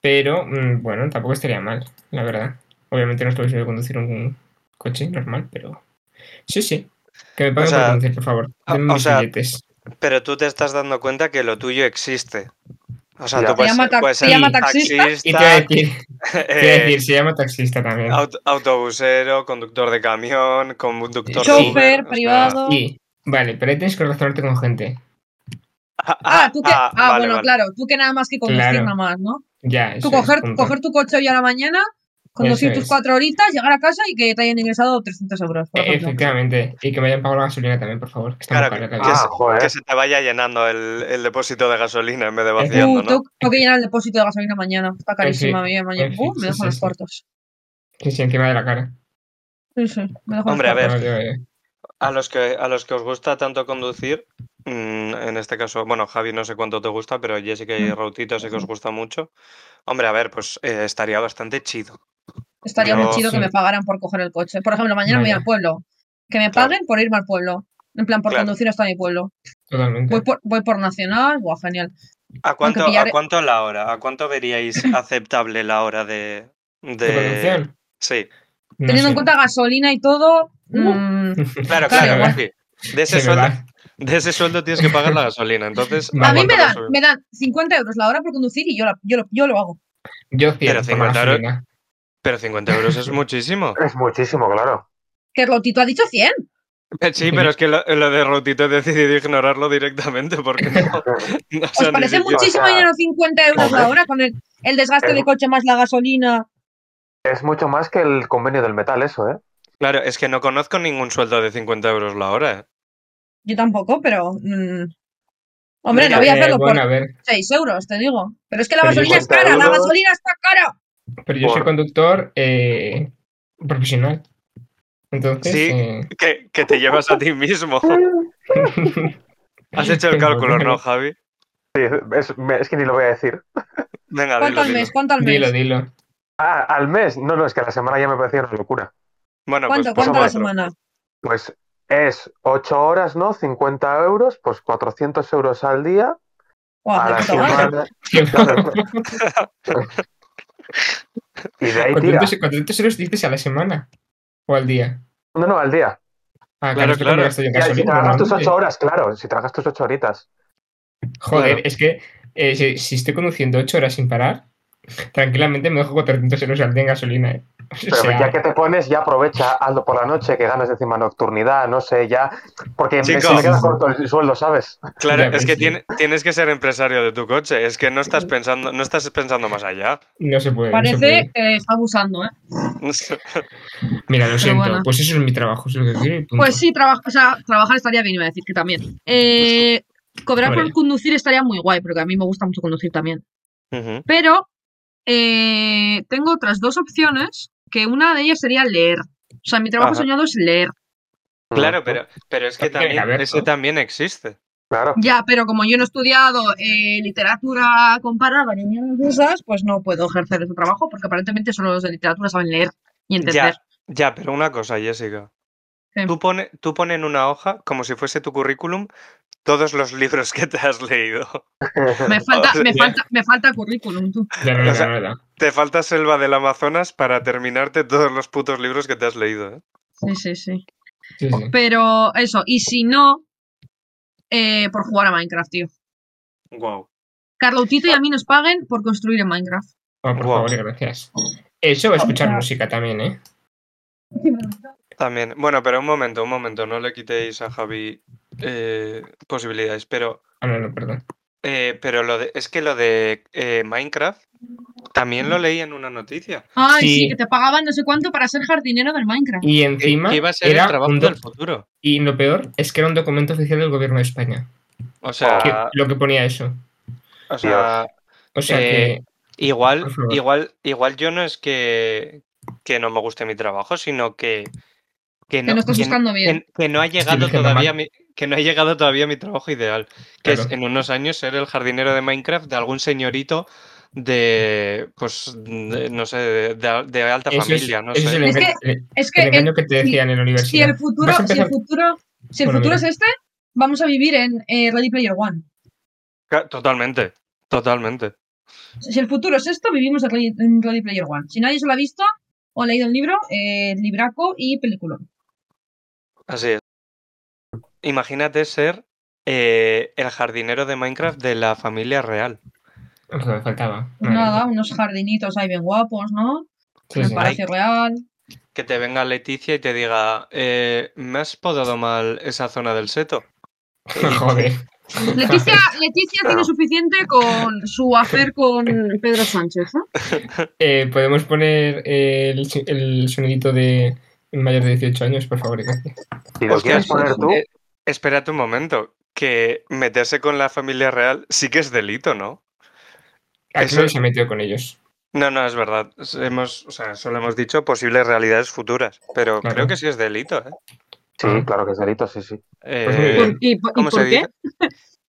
[SPEAKER 2] pero mm, bueno, tampoco estaría mal, la verdad. Obviamente no estoy seguro de conducir un coche normal, pero sí, sí. Que me paguen
[SPEAKER 1] sea,
[SPEAKER 2] por conducir, por favor.
[SPEAKER 1] o-
[SPEAKER 2] Denme
[SPEAKER 1] o
[SPEAKER 2] mis
[SPEAKER 1] sea,
[SPEAKER 2] billetes.
[SPEAKER 1] Pero tú te estás dando cuenta que lo tuyo existe. O sea,
[SPEAKER 3] Ya.
[SPEAKER 1] tú
[SPEAKER 3] Se
[SPEAKER 1] puedes,
[SPEAKER 4] llama
[SPEAKER 1] ser-
[SPEAKER 4] tax-
[SPEAKER 1] puedes
[SPEAKER 4] se
[SPEAKER 1] ser
[SPEAKER 4] llama
[SPEAKER 1] taxista,
[SPEAKER 4] taxista.
[SPEAKER 2] Y te voy a decir, te voy a
[SPEAKER 1] eh,
[SPEAKER 2] decir, se llama taxista también.
[SPEAKER 1] aut- autobusero, conductor de camión, conductor de Uber,
[SPEAKER 4] Chofer,
[SPEAKER 1] o sea-
[SPEAKER 4] privado.
[SPEAKER 2] Y, vale, pero ahí tienes que relacionarte con gente.
[SPEAKER 1] Ah,
[SPEAKER 4] Ah, tú que. Ah,
[SPEAKER 1] vale,
[SPEAKER 4] bueno,
[SPEAKER 1] vale.
[SPEAKER 4] claro, tú que nada más que conducir
[SPEAKER 2] Claro.
[SPEAKER 4] nada más, ¿no?
[SPEAKER 2] Ya, eso
[SPEAKER 4] Tú
[SPEAKER 2] es,
[SPEAKER 4] coger,
[SPEAKER 2] punto. Eh,
[SPEAKER 4] coger tu coche hoy a la mañana, conducir
[SPEAKER 2] Eso
[SPEAKER 4] tus
[SPEAKER 2] es.
[SPEAKER 4] cuatro horitas, llegar a casa y que te hayan ingresado 300 euros, por
[SPEAKER 2] E-
[SPEAKER 4] ejemplo.
[SPEAKER 2] Efectivamente. Y que me hayan pagado la gasolina también, por favor. Que está muy
[SPEAKER 1] Claro que-
[SPEAKER 2] cara la
[SPEAKER 1] que
[SPEAKER 3] Ah,
[SPEAKER 1] se-
[SPEAKER 2] vida.
[SPEAKER 3] joder.
[SPEAKER 1] Que se te vaya llenando el, el depósito de gasolina en vez de
[SPEAKER 2] Ujú.
[SPEAKER 4] Uh,
[SPEAKER 1] vaciando, ¿no?
[SPEAKER 4] tengo, tengo que llenar el depósito de gasolina mañana. Está carísima.
[SPEAKER 2] En
[SPEAKER 4] me llevo mañana.
[SPEAKER 2] en fin,
[SPEAKER 4] Uh, me
[SPEAKER 2] Pues sí,
[SPEAKER 4] dejo
[SPEAKER 2] sí,
[SPEAKER 4] los
[SPEAKER 2] sí.
[SPEAKER 4] cuartos.
[SPEAKER 2] Sí, sí, encima de la cara. eh,
[SPEAKER 4] Sí, sí, me dejo
[SPEAKER 1] Hombre, a
[SPEAKER 4] los cuartos.
[SPEAKER 1] ver.
[SPEAKER 2] Vale, vale.
[SPEAKER 1] A los que, a los que os gusta tanto conducir, mm, en este caso, bueno, Javi no sé cuánto te gusta, pero Jessica y
[SPEAKER 4] Mm.
[SPEAKER 1] Rautito sé que os gusta mucho. Hombre, a ver, pues eh, estaría bastante chido.
[SPEAKER 4] Estaría muy
[SPEAKER 1] Yo-
[SPEAKER 4] chido que
[SPEAKER 2] Sí.
[SPEAKER 4] me pagaran por coger el coche. Por ejemplo, mañana me voy
[SPEAKER 2] Vaya.
[SPEAKER 4] al pueblo. Que me
[SPEAKER 1] Claro.
[SPEAKER 4] paguen por irme al pueblo. En plan, por
[SPEAKER 1] Claro.
[SPEAKER 4] conducir hasta mi pueblo.
[SPEAKER 2] Totalmente.
[SPEAKER 4] Voy por, voy por Nacional, guau, genial.
[SPEAKER 1] ¿A cuánto,
[SPEAKER 4] pillar-
[SPEAKER 1] ¿A cuánto la hora? ¿A cuánto
[SPEAKER 4] *laughs*
[SPEAKER 1] veríais aceptable la hora de. de...
[SPEAKER 2] ¿Tu conducción?
[SPEAKER 1] Sí,
[SPEAKER 2] No
[SPEAKER 4] Teniendo en
[SPEAKER 2] sé.
[SPEAKER 4] cuenta gasolina y todo.
[SPEAKER 2] Uh.
[SPEAKER 4] mm,
[SPEAKER 2] *laughs*
[SPEAKER 1] claro,
[SPEAKER 2] Claro,
[SPEAKER 1] claro,
[SPEAKER 2] ¿verdad?
[SPEAKER 1] Guafi. De
[SPEAKER 2] Se
[SPEAKER 1] ese,
[SPEAKER 2] me
[SPEAKER 1] sueldo,
[SPEAKER 2] va.
[SPEAKER 1] de ese sueldo tienes que pagar la gasolina, entonces.
[SPEAKER 2] A mí
[SPEAKER 4] a mí
[SPEAKER 1] aguanta
[SPEAKER 4] me
[SPEAKER 1] con
[SPEAKER 4] dan,
[SPEAKER 1] su-
[SPEAKER 4] me dan 50 euros la hora por conducir y yo, la- yo, lo, yo lo hago.
[SPEAKER 2] Yo 100
[SPEAKER 1] Pero
[SPEAKER 2] por
[SPEAKER 1] 50
[SPEAKER 2] la
[SPEAKER 1] euros.
[SPEAKER 2] gasolina.
[SPEAKER 1] Pero 50 euros es
[SPEAKER 3] *laughs*
[SPEAKER 1] muchísimo.
[SPEAKER 3] Es muchísimo, claro.
[SPEAKER 4] Que Rotito ha dicho 100.
[SPEAKER 1] Sí, pero es que lo, lo de Rautito he decidido ignorarlo directamente porque no. no
[SPEAKER 4] ¿Os
[SPEAKER 1] sea ni
[SPEAKER 4] parece
[SPEAKER 1] siquiera-
[SPEAKER 4] muchísimo
[SPEAKER 3] O sea,
[SPEAKER 4] dinero 50 euros la
[SPEAKER 3] joder.
[SPEAKER 4] hora con el, el desgaste
[SPEAKER 3] Es-
[SPEAKER 4] de coche más la gasolina?
[SPEAKER 3] Es mucho más que el convenio del metal, eso, ¿eh?
[SPEAKER 1] Claro, es que no conozco ningún sueldo de 50 euros la hora. ¿eh?
[SPEAKER 4] Yo tampoco, pero. mm, hombre,
[SPEAKER 1] Venga,
[SPEAKER 4] no voy a
[SPEAKER 2] Eh,
[SPEAKER 4] hacerlo
[SPEAKER 2] bueno,
[SPEAKER 4] por
[SPEAKER 2] a ver.
[SPEAKER 4] 6 euros, te digo. Pero es que la
[SPEAKER 2] Pero yo
[SPEAKER 4] gasolina es
[SPEAKER 3] 50
[SPEAKER 4] cara, la
[SPEAKER 3] euros.
[SPEAKER 4] gasolina está cara.
[SPEAKER 2] Pero yo soy
[SPEAKER 3] Por-
[SPEAKER 2] conductor eh, profesional. Entonces.
[SPEAKER 1] Sí.
[SPEAKER 2] eh,
[SPEAKER 1] Que, que te llevas a ti
[SPEAKER 4] *laughs*
[SPEAKER 1] mismo.
[SPEAKER 3] *laughs*
[SPEAKER 1] Has
[SPEAKER 2] *laughs*
[SPEAKER 1] hecho el cálculo, ¿no, Javi?
[SPEAKER 3] Sí, es, me- es que ni lo voy a decir.
[SPEAKER 1] Venga,
[SPEAKER 4] ¿Cuánto
[SPEAKER 1] dilo,
[SPEAKER 4] al
[SPEAKER 1] dilo.
[SPEAKER 4] mes? ¿Cuánto al mes?
[SPEAKER 1] *laughs*
[SPEAKER 2] dilo, dilo.
[SPEAKER 3] Ah, al mes. No, no, es que a la semana ya me parecía una locura.
[SPEAKER 1] Bueno, pues,
[SPEAKER 4] ¿Cuánto,
[SPEAKER 1] pues
[SPEAKER 4] cuánto a la
[SPEAKER 1] cuatro.
[SPEAKER 4] semana?
[SPEAKER 3] Pues es 8 horas, ¿no? 50 euros, pues 400 euros al día.
[SPEAKER 4] Guau,
[SPEAKER 3] a
[SPEAKER 4] de
[SPEAKER 3] la
[SPEAKER 4] puta madre.
[SPEAKER 3] semana. Claro.
[SPEAKER 1] *laughs*
[SPEAKER 3] Y de ahí tira.
[SPEAKER 2] ¿Cuántos, cuántos euros dices a la semana? ¿O al día?
[SPEAKER 3] No, no, al día.
[SPEAKER 2] Ah,
[SPEAKER 1] Claro,
[SPEAKER 2] claro, esto
[SPEAKER 1] claro.
[SPEAKER 2] me gasto yo en
[SPEAKER 3] Ya, si
[SPEAKER 2] gasolina,
[SPEAKER 3] trabajas tus
[SPEAKER 2] normalmente.
[SPEAKER 3] 8 horas, claro. Si trabajas tus 8 horitas.
[SPEAKER 2] Joder,
[SPEAKER 1] Claro.
[SPEAKER 2] es que eh, si, si estoy conduciendo 8 horas sin parar, *laughs* Tranquilamente me dejo 400 euros al día en gasolina, ¿eh? *laughs* O
[SPEAKER 3] Pero pues
[SPEAKER 2] sea,
[SPEAKER 3] ya que te pones, ya aprovecha, hazlo por la noche, que ganas encima nocturnidad, no sé, ya. Porque me- se
[SPEAKER 1] Chicos.
[SPEAKER 3] me queda corto el sueldo, ¿sabes?
[SPEAKER 1] Claro,
[SPEAKER 2] Ya,
[SPEAKER 1] es
[SPEAKER 2] pues
[SPEAKER 1] que
[SPEAKER 2] sí.
[SPEAKER 1] tiene- tienes que ser empresario de tu coche. Es que no estás pensando, no estás pensando más allá.
[SPEAKER 2] No se puede. no se
[SPEAKER 4] Parece
[SPEAKER 2] puede.
[SPEAKER 4] que está abusando, ¿eh?
[SPEAKER 2] Mira, lo siento.
[SPEAKER 4] bueno.
[SPEAKER 2] Pues eso es mi trabajo, es lo que quiero. y punto.
[SPEAKER 4] Pues sí, trabajo, o sea, trabajar estaría bien, iba a decir que también. Eh, cobrar por
[SPEAKER 2] Hombre.
[SPEAKER 4] conducir estaría muy guay, porque a mí me gusta mucho conducir también.
[SPEAKER 1] Ujú.
[SPEAKER 4] Pero eh, tengo otras dos opciones, que una de ellas sería leer. O sea, mi trabajo
[SPEAKER 1] Ajá.
[SPEAKER 4] soñado es leer.
[SPEAKER 1] Claro, pero, pero es que
[SPEAKER 2] Tiene que
[SPEAKER 1] también,
[SPEAKER 2] haber, ¿no?
[SPEAKER 1] ese también existe.
[SPEAKER 3] Claro. *laughs*
[SPEAKER 4] Ya, pero como yo no he estudiado eh, literatura comparada ni nada de esas, pues no puedo ejercer ese trabajo, porque aparentemente solo los de literatura saben leer y entender.
[SPEAKER 1] Ya, ya, pero una cosa, Jessica.
[SPEAKER 4] ¿Qué?
[SPEAKER 1] Tú pone, tú pone en una hoja, como si fuese tu currículum, todos los libros que te has leído.
[SPEAKER 4] Me, falta, me,
[SPEAKER 2] Ya.
[SPEAKER 4] falta, me falta currículum, tú.
[SPEAKER 2] Ya no
[SPEAKER 1] o
[SPEAKER 2] era,
[SPEAKER 1] sea-
[SPEAKER 2] no era.
[SPEAKER 1] Te falta Selva del Amazonas para terminarte todos los putos libros que te has leído. ¿eh?
[SPEAKER 4] Sí, sí, sí.
[SPEAKER 2] Sí, sí.
[SPEAKER 4] Pero eso, y si no, eh, por jugar a Minecraft, tío.
[SPEAKER 1] Wow.
[SPEAKER 4] Carlotito y a mí nos paguen por construir en Minecraft.
[SPEAKER 2] Ah, por
[SPEAKER 1] Wow.
[SPEAKER 2] favor, gracias. Eso va a escuchar música también, ¿eh?
[SPEAKER 1] También. Bueno, pero un momento, un momento. No le quitéis a Javi eh, posibilidades. Pero,
[SPEAKER 2] Ah, no, no, perdón.
[SPEAKER 1] eh, pero lo de, es que lo de eh, Minecraft también lo leí en una noticia.
[SPEAKER 4] Ay, sí.
[SPEAKER 2] Sí.
[SPEAKER 4] que te pagaban no sé cuánto para ser jardinero del Minecraft.
[SPEAKER 2] Y
[SPEAKER 1] Que-
[SPEAKER 2] encima.
[SPEAKER 1] que iba a ser el
[SPEAKER 2] era
[SPEAKER 1] trabajo
[SPEAKER 2] un
[SPEAKER 1] del
[SPEAKER 2] doc-
[SPEAKER 1] futuro.
[SPEAKER 2] Y lo peor es que era un documento oficial del gobierno de España. Oh,
[SPEAKER 1] O sea,
[SPEAKER 2] que- lo que ponía eso.
[SPEAKER 1] o sea,
[SPEAKER 2] O sea
[SPEAKER 1] Eh,
[SPEAKER 2] que.
[SPEAKER 1] Igual,
[SPEAKER 2] Por favor.
[SPEAKER 1] igual, igual yo no es que, que no me guste mi trabajo, sino que, que
[SPEAKER 4] Que no estás
[SPEAKER 1] que-
[SPEAKER 4] buscando bien.
[SPEAKER 1] que- que no ha llegado
[SPEAKER 2] eligiendo
[SPEAKER 1] todavía
[SPEAKER 2] mal.
[SPEAKER 1] mi, que no ha llegado todavía mi trabajo ideal, que es
[SPEAKER 2] Claro.
[SPEAKER 1] en unos años ser el jardinero de Minecraft de algún señorito de pues de- no sé, de, de- de alta
[SPEAKER 2] Eso es-
[SPEAKER 1] familia, no
[SPEAKER 2] eso es
[SPEAKER 1] sé.
[SPEAKER 2] el,
[SPEAKER 4] Es que-
[SPEAKER 2] engaño, el-
[SPEAKER 4] Es que
[SPEAKER 2] el
[SPEAKER 4] el-
[SPEAKER 2] engaño que te decían en la
[SPEAKER 4] si
[SPEAKER 2] universidad.
[SPEAKER 4] el futuro,
[SPEAKER 2] Vas a
[SPEAKER 4] si el
[SPEAKER 2] empezar-
[SPEAKER 4] futuro, si el
[SPEAKER 2] Bueno,
[SPEAKER 4] futuro es
[SPEAKER 2] mira.
[SPEAKER 4] este, vamos a vivir en eh, Ready Player One.
[SPEAKER 1] Ca- Totalmente, totalmente.
[SPEAKER 4] Si el futuro es esto, vivimos en Ready, en Ready Player One. Si nadie se lo ha visto o leído el libro, eh, libraco y película.
[SPEAKER 1] Así es. Imagínate ser eh, el jardinero de Minecraft de la familia real.
[SPEAKER 2] Lo que me faltaba.
[SPEAKER 4] Pues
[SPEAKER 2] Madre
[SPEAKER 4] nada,
[SPEAKER 2] mía.
[SPEAKER 4] unos jardinitos ahí bien guapos, ¿no?
[SPEAKER 2] Sí,
[SPEAKER 4] en el
[SPEAKER 2] sí. *laughs*
[SPEAKER 4] Palacio Real.
[SPEAKER 1] Que te venga Leticia y te diga, eh, me has podado mal esa zona del seto.
[SPEAKER 2] Joder.
[SPEAKER 1] *laughs*
[SPEAKER 4] Leticia, Leticia tiene
[SPEAKER 3] Claro.
[SPEAKER 4] suficiente con su hacer con Pedro Sánchez, ¿no?
[SPEAKER 2] Eh, Podemos poner eh, el, si- el sonidito de mayor de 18 años, por favor. gracias.
[SPEAKER 3] Si lo
[SPEAKER 1] Ostras,
[SPEAKER 3] quieres poner tú,
[SPEAKER 1] eh, espérate un momento, que meterse con la familia real sí que es delito, ¿no?
[SPEAKER 2] Aquí
[SPEAKER 1] Eso-
[SPEAKER 2] no se metió con ellos.
[SPEAKER 1] No, no, es verdad. S- Hemos, o sea, solo hemos dicho posibles realidades futuras, pero
[SPEAKER 2] Claro.
[SPEAKER 1] creo que sí es delito, ¿eh?
[SPEAKER 3] sí, claro que es delito, sí, sí.
[SPEAKER 2] Pues muy bien.
[SPEAKER 1] Eh,
[SPEAKER 4] ¿Y, por- y
[SPEAKER 1] ¿Cómo se
[SPEAKER 4] por qué?
[SPEAKER 1] dice?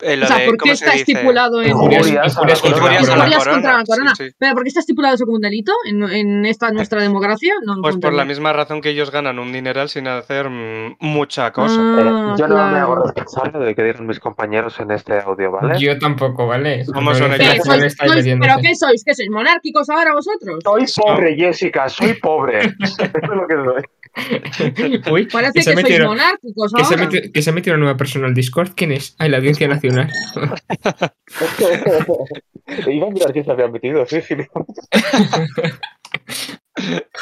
[SPEAKER 1] Eh, lo
[SPEAKER 4] O sea,
[SPEAKER 1] de-
[SPEAKER 4] ¿por qué
[SPEAKER 1] ¿cómo se
[SPEAKER 4] está
[SPEAKER 1] dice?
[SPEAKER 4] estipulado en...
[SPEAKER 2] Injurias-
[SPEAKER 3] Injurias a la
[SPEAKER 2] injurias
[SPEAKER 3] corona.
[SPEAKER 2] contra
[SPEAKER 1] Injurias a
[SPEAKER 2] la corona.
[SPEAKER 1] la
[SPEAKER 4] Injurias contra la
[SPEAKER 1] corona.
[SPEAKER 4] corona.
[SPEAKER 1] Sí, sí.
[SPEAKER 4] Pero ¿por qué está estipulado eso como un delito en, en esta nuestra democracia? No,
[SPEAKER 1] Pues por la
[SPEAKER 4] misma
[SPEAKER 1] misma razón que ellos ganan un dineral sin hacer mm, mucha cosa.
[SPEAKER 3] Eh,
[SPEAKER 4] Ah,
[SPEAKER 3] yo no me hago responsable de lo que dieron mis compañeros en este audio, ¿vale?
[SPEAKER 2] Yo tampoco, ¿vale?
[SPEAKER 1] Somos una
[SPEAKER 2] Pero
[SPEAKER 1] Pero
[SPEAKER 2] no estáis metiéndose.
[SPEAKER 4] ¿Pero qué sois? ¿Qué sois? ¿Monárquicos ahora vosotros?
[SPEAKER 3] Soy pobre, Jessica, soy pobre.
[SPEAKER 2] *laughs*
[SPEAKER 3] *laughs* Eso es lo que soy.
[SPEAKER 2] Uy,
[SPEAKER 4] Parece
[SPEAKER 2] que se
[SPEAKER 4] que
[SPEAKER 2] ha
[SPEAKER 4] sois
[SPEAKER 2] metido-
[SPEAKER 4] monárquicos
[SPEAKER 2] que se, ha
[SPEAKER 4] ahora.
[SPEAKER 2] metido, que se ha metido una nueva persona al Discord. ¿Quién es? Ay, la Audiencia Nacional.
[SPEAKER 3] *laughs* Iba a mirar quién se había metido, sí, sí.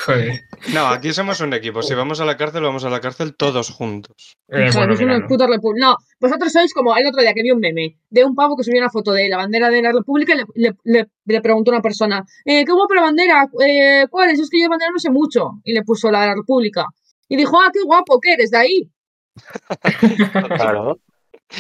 [SPEAKER 2] Joder.
[SPEAKER 1] No, aquí somos un equipo. Si vamos a la cárcel, vamos a la cárcel todos juntos.
[SPEAKER 2] Eh,
[SPEAKER 4] O sea,
[SPEAKER 2] bueno,
[SPEAKER 4] sois unos
[SPEAKER 2] mira, no.
[SPEAKER 4] putos repu- No, vosotros sois como el otro día que vi un meme de un pavo que subió una foto de la bandera de la República y le, le- le- le preguntó a una persona, eh, ¿qué guapa la bandera? Eh, ¿Cuál es? Es que yo de bandera no sé mucho. Y le puso la de la República. Y dijo, ah, qué guapo que eres de ahí.
[SPEAKER 3] Claro.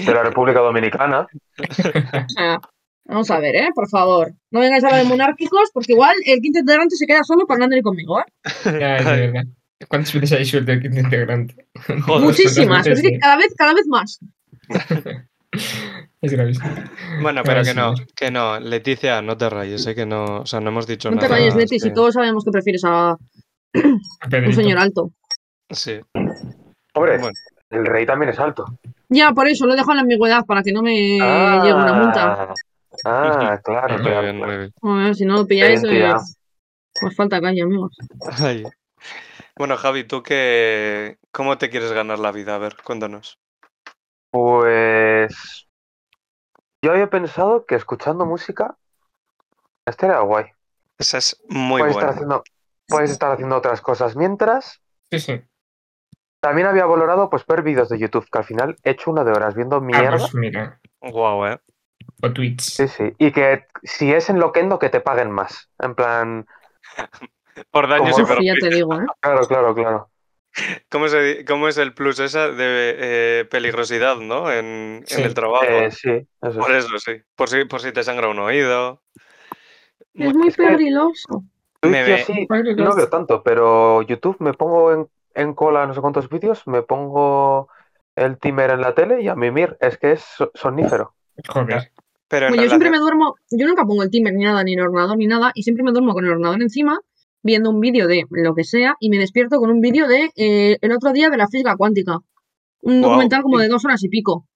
[SPEAKER 3] De la República Dominicana.
[SPEAKER 4] O sea, vamos a ver, ¿eh? Por favor. No vengáis a hablar de monárquicos porque igual el quinto integrante se queda solo para ni conmigo, ¿eh?
[SPEAKER 2] Ya, es de verdad. ¿Cuántas veces hay suelto el quinto integrante?
[SPEAKER 1] Joder.
[SPEAKER 4] Muchísimas. Pero es que
[SPEAKER 2] Sí.
[SPEAKER 4] cada vez, cada vez más.
[SPEAKER 2] Es gravísimo.
[SPEAKER 1] Bueno, pero
[SPEAKER 2] Ah,
[SPEAKER 1] que
[SPEAKER 2] sí.
[SPEAKER 1] no, que no, Leticia, no te rayes, ¿eh? que no, o sea, no hemos dicho
[SPEAKER 4] No te
[SPEAKER 1] nada.
[SPEAKER 4] rayes, Leti, si
[SPEAKER 1] que-
[SPEAKER 4] todos sabemos que prefieres a un
[SPEAKER 2] Pedrito.
[SPEAKER 4] señor alto.
[SPEAKER 1] Sí,
[SPEAKER 3] Hombre,
[SPEAKER 1] bueno,
[SPEAKER 3] el rey también es alto.
[SPEAKER 4] Ya, por eso, lo dejo en la ambigüedad para que no me
[SPEAKER 3] Ah,
[SPEAKER 4] llegue una multa.
[SPEAKER 3] Ah, claro,
[SPEAKER 1] muy
[SPEAKER 3] claro.
[SPEAKER 1] bien, muy bien. *laughs*
[SPEAKER 4] A ver, si no lo pilláis,
[SPEAKER 3] Identidad.
[SPEAKER 4] eh, pues falta caña, amigos.
[SPEAKER 1] Ay. Bueno, Javi, ¿tú qué, cómo te quieres ganar la vida? A ver, cuéntanos.
[SPEAKER 3] Pues. Yo había pensado que escuchando música. Este era guay.
[SPEAKER 1] Esa es muy
[SPEAKER 3] puedes, estar
[SPEAKER 1] buena.
[SPEAKER 3] haciendo, puedes estar haciendo otras cosas. Mientras,
[SPEAKER 2] Sí, sí.
[SPEAKER 3] también había valorado pues ver vídeos de YouTube, que al final he hecho una de horas viendo
[SPEAKER 2] Ah,
[SPEAKER 3] mierda.
[SPEAKER 2] pues mira.
[SPEAKER 1] Guau, eh.
[SPEAKER 2] O Twitch.
[SPEAKER 3] Sí, sí. Y que si es en Loquendo, que te paguen más. En plan,
[SPEAKER 1] Por daños y
[SPEAKER 3] Como-
[SPEAKER 4] Sí,
[SPEAKER 1] perjuicios.
[SPEAKER 4] ya te digo, ¿eh?
[SPEAKER 3] claro, claro, claro.
[SPEAKER 1] ¿Cómo, se di- cómo es el plus esa de eh, peligrosidad, no? En, en
[SPEAKER 2] Sí.
[SPEAKER 1] el trabajo.
[SPEAKER 3] Eh, sí, eso
[SPEAKER 1] Por
[SPEAKER 3] es.
[SPEAKER 1] eso, sí. Por si, por si te sangra un oído.
[SPEAKER 4] Es muy
[SPEAKER 3] Es que-
[SPEAKER 4] peligroso.
[SPEAKER 1] Pues Me
[SPEAKER 3] Twitch
[SPEAKER 1] ve-
[SPEAKER 3] yo sí,
[SPEAKER 2] Padre,
[SPEAKER 3] no veo tanto, pero YouTube me pongo en, en cola no sé cuántos vídeos, me pongo el timer en la tele y a mimir. Es que es so- somnífero.
[SPEAKER 2] Joder.
[SPEAKER 1] Pero en
[SPEAKER 4] Pues yo siempre
[SPEAKER 1] relación-
[SPEAKER 4] me duermo, yo nunca pongo el timer ni nada, ni el ordenador ni nada, y siempre me duermo con el ordenador encima, viendo un vídeo de lo que sea, y me despierto con un vídeo de eh, el otro día de la física cuántica. Un
[SPEAKER 1] Guau.
[SPEAKER 4] documental como de dos horas y
[SPEAKER 1] *laughs*
[SPEAKER 4] pico.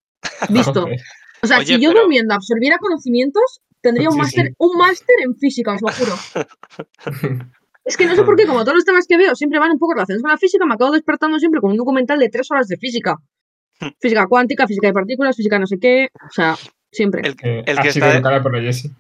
[SPEAKER 4] Visto.
[SPEAKER 2] Joder.
[SPEAKER 4] O sea,
[SPEAKER 1] Oye,
[SPEAKER 4] si yo
[SPEAKER 1] pero-
[SPEAKER 4] durmiendo absorbiera conocimientos, tendría un
[SPEAKER 2] Sí,
[SPEAKER 4] máster,
[SPEAKER 2] sí.
[SPEAKER 4] un máster en física, os lo juro. Es que no sé por qué, como todos los temas que veo siempre van un poco relacionados con la física, me acabo despertando siempre con un documental de tres horas de física.
[SPEAKER 1] Hmm.
[SPEAKER 4] Física cuántica, física de partículas, física no sé qué. O sea, siempre.
[SPEAKER 1] el,
[SPEAKER 2] Eh,
[SPEAKER 1] El
[SPEAKER 2] ha
[SPEAKER 1] que
[SPEAKER 2] sido
[SPEAKER 1] está-
[SPEAKER 2] educada por la Jessie.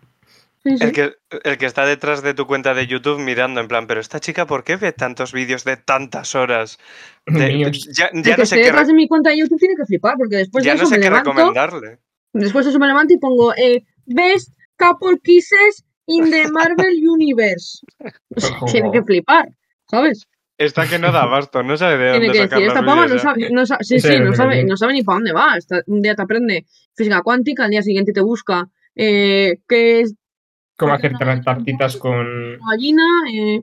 [SPEAKER 4] Sí, sí.
[SPEAKER 1] el que, el que está detrás de tu cuenta de YouTube mirando en plan, pero esta chica, ¿por qué ve tantos vídeos de tantas
[SPEAKER 4] *laughs*
[SPEAKER 1] horas? De-
[SPEAKER 2] *laughs* Niños.
[SPEAKER 1] ya *laughs*
[SPEAKER 4] El
[SPEAKER 1] ya
[SPEAKER 4] que
[SPEAKER 1] no
[SPEAKER 4] esté
[SPEAKER 1] sé qué,
[SPEAKER 4] detrás
[SPEAKER 1] re-
[SPEAKER 4] de mi cuenta de YouTube tiene que flipar, porque después
[SPEAKER 1] ya
[SPEAKER 4] de
[SPEAKER 1] no
[SPEAKER 4] eso
[SPEAKER 1] sé
[SPEAKER 4] me
[SPEAKER 1] qué
[SPEAKER 4] levanto,
[SPEAKER 1] recomendarle.
[SPEAKER 4] después de eso me levanto y pongo eh, Best Couple Kisses in the Marvel *laughs* Universe. O sea,
[SPEAKER 2] Ojo.
[SPEAKER 4] tiene que flipar, ¿sabes?
[SPEAKER 1] Está que no da abasto, no
[SPEAKER 4] *laughs*
[SPEAKER 1] sabe de dónde
[SPEAKER 4] Tiene que
[SPEAKER 1] sacar
[SPEAKER 4] decir,
[SPEAKER 1] los
[SPEAKER 4] esta pava no
[SPEAKER 1] vídeos, ¿eh? ya.
[SPEAKER 4] sabe, no sabe, sí,
[SPEAKER 2] Ese
[SPEAKER 4] sí,
[SPEAKER 2] es lo
[SPEAKER 4] no
[SPEAKER 2] que
[SPEAKER 4] sabe,
[SPEAKER 2] tiene.
[SPEAKER 4] no sabe ni para dónde va. Está- un día te aprende física cuántica, al día siguiente te busca eh, qué es
[SPEAKER 2] ¿Cómo hacer las tartitas con
[SPEAKER 4] gallina,
[SPEAKER 1] *laughs*
[SPEAKER 4] eh,